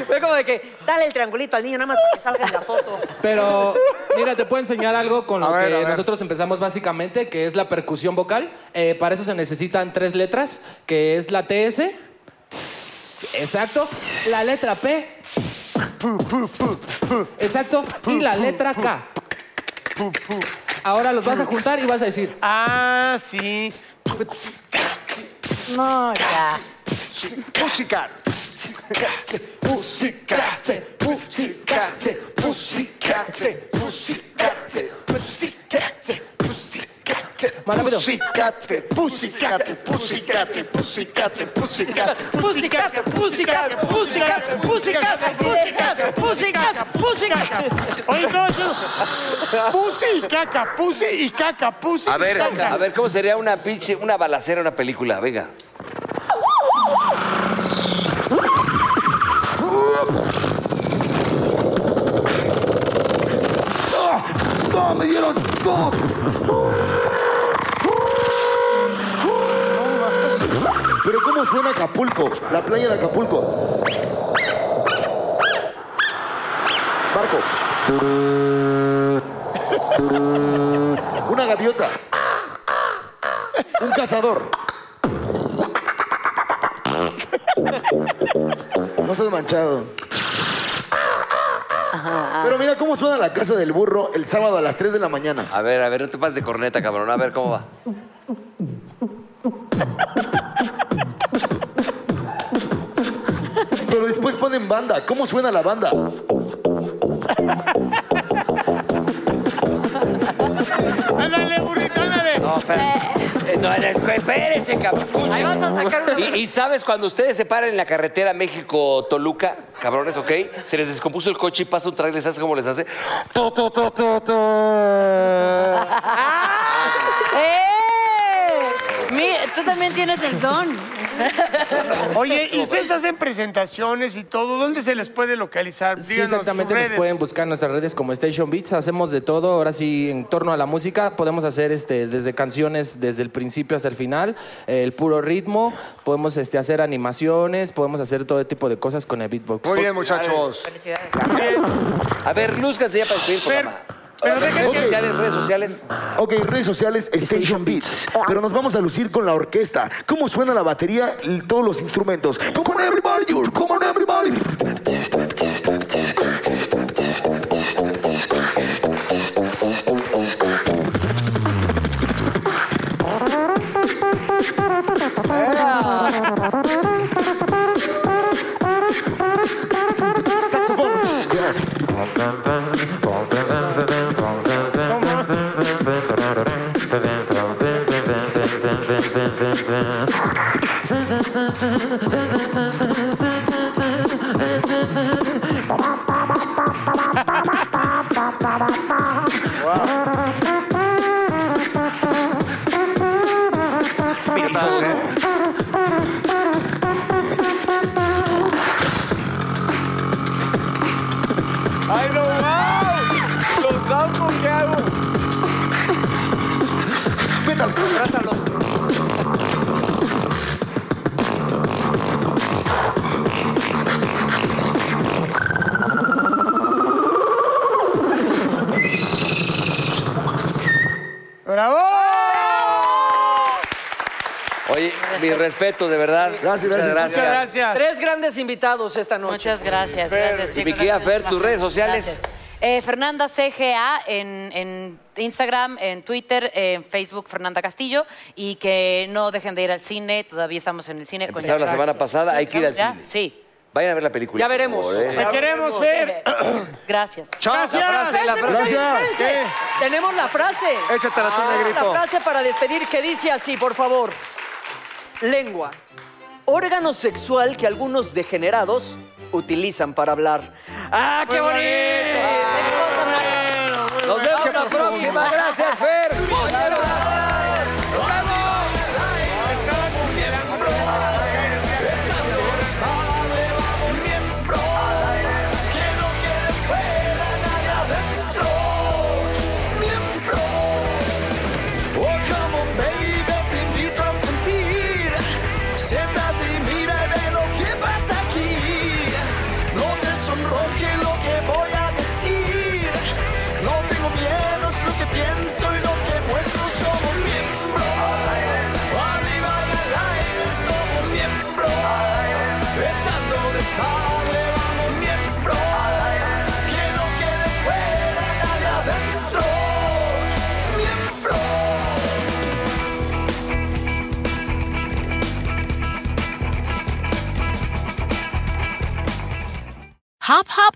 S3: Fue como de que, dale el triangulito al niño nada más para que salga en la foto.
S11: Pero, mira, te puedo enseñar algo con lo
S3: A ver, a
S11: que
S3: ver.
S11: nosotros empezamos básicamente, que es la percusión vocal. Eh, para eso se necesitan tres letras, que es la TS. Exacto. La letra P. Exacto. Y la letra K. Ahora los vas a juntar y vas a decir.
S6: Ah, sí.
S10: No, ya.
S4: Música.
S7: Pussycatze, pussycatze, pussycatze, pussycatze, pussycatze, pussycatze, pussycatze, pussycatze, pussycatze, pussycatze, pussycatze, pussycatze, pussycatze, pussycatze, pussycatze, pussycatze, pussycatze, pussycatze.
S6: Oye, no, eso. Pusi y caca, pusi y caca, pusi
S2: A
S6: y
S2: ver,
S6: caca.
S2: a ver, ¿cómo sería una pinche, una balacera, una película? Venga.
S14: ¡Ah! ¡No, me dieron! ¡No!
S12: Pero ¿cómo suena Acapulco? La playa de Acapulco. barco. Una gaviota. Un cazador. No seas manchado. Pero mira cómo suena la casa del burro el sábado a las 3 de la mañana.
S2: A ver, a ver, no te pases de corneta, cabrón. A ver cómo va.
S12: Pero después ponen banda. ¿Cómo suena la banda?
S6: Ándale, burrito, ándale.
S2: No, espérate. No, no, espérese, cabrón. Escuche.
S3: Ahí vas a sacar una-
S2: ¿Y, y sabes, cuando ustedes se paran en la carretera México-Toluca, cabrones, ¿ok? Se les descompuso el coche y pasa un track, les hace como les hace. Tu, tu, tu, tu, tu.
S9: ¡Eh! Mira, tú también tienes el don.
S6: Oye, y ustedes hacen presentaciones y todo. ¿Dónde se les puede localizar?
S11: Sí,
S6: Díganos,
S11: exactamente.
S6: sus
S11: Nos
S6: redes.
S11: pueden buscar en nuestras redes como Station Beats. Hacemos de todo. Ahora sí, en torno a la música, podemos hacer este, desde canciones desde el principio hasta el final, eh, el puro ritmo. Podemos este, hacer animaciones, podemos hacer todo tipo de cosas con el beatbox.
S4: Muy bien, muchachos.
S2: A ver, lúzcanse ya para el programa. Pero redes sociales, redes sociales.
S12: Ah, Ok, redes sociales Station Beats. Pero nos vamos a lucir con la orquesta. ¿Cómo suena la batería y todos los instrumentos? Come on everybody, come on everybody.
S7: ¡Ay, no, wow! ¡Los amo, ¿qué hago?
S12: Métalo,
S7: trátalo.
S6: ¡Bravo!
S2: Oye, mi respeto, de verdad. Gracias, Muchas gracias.
S3: Tres grandes invitados esta noche.
S9: Muchas gracias, gracias, chicos.
S2: Y mi querida
S9: Gracias,
S2: Fer, tus
S9: gracias.
S2: redes sociales.
S9: Gracias. Eh, Fernanda CGA en, en Instagram, en Twitter, en Facebook, Fernanda Castillo. Y que no dejen de ir al cine, todavía estamos en el cine. con
S2: Empezaron la
S9: Jack
S2: semana
S9: Black.
S2: pasada,
S9: Sí,
S2: hay que ir al
S9: ¿ya?
S2: cine.
S9: Sí.
S2: Vayan a ver la película.
S9: Ya
S2: por
S9: veremos.
S2: favor, ¿eh?
S6: Te queremos ver.
S9: Gracias.
S2: Chao, la frase, la
S3: Espérense,
S2: frase.
S3: muchachos, espérense.
S2: Gracias.
S3: Tenemos la frase.
S4: Échatela tú,
S3: Tenemos
S4: negrito.
S3: La frase para despedir que dice así, por favor. Lengua. Órgano sexual que algunos degenerados utilizan para hablar. ¡Ah, qué bonito! Nos vemos la próxima. Gracias, Fer.
S7: Oh, come on, baby, yo te invito a sentir. Siéntate y mira y ve lo que pasa aquí. No te sonroje lo que voy a decir. No tengo miedo, es lo que pienso y lo que muestro. Somos miembros. Arriba y al aire somos miembros. Echando desmadre, vamos miembros. Que no quede fuera nadie adentro.
S15: Hop, hop,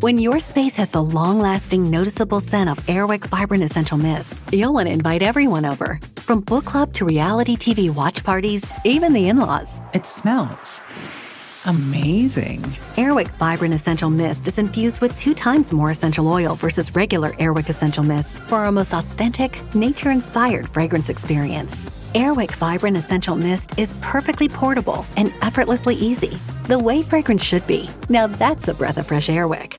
S16: When your space has the long lasting, noticeable scent of Airwick Vibrant Essential Mist, you'll want to invite everyone over. From book club to reality TV watch parties, even the in laws.
S17: It smells
S16: Amazing. Airwick Vibrant Essential Mist is infused with two times more essential oil versus regular Airwick Essential Mist for our most authentic, nature inspired fragrance experience. Airwick Vibrant Essential Mist is perfectly portable and effortlessly easy. The way fragrance should be. Now that's a breath of fresh Airwick.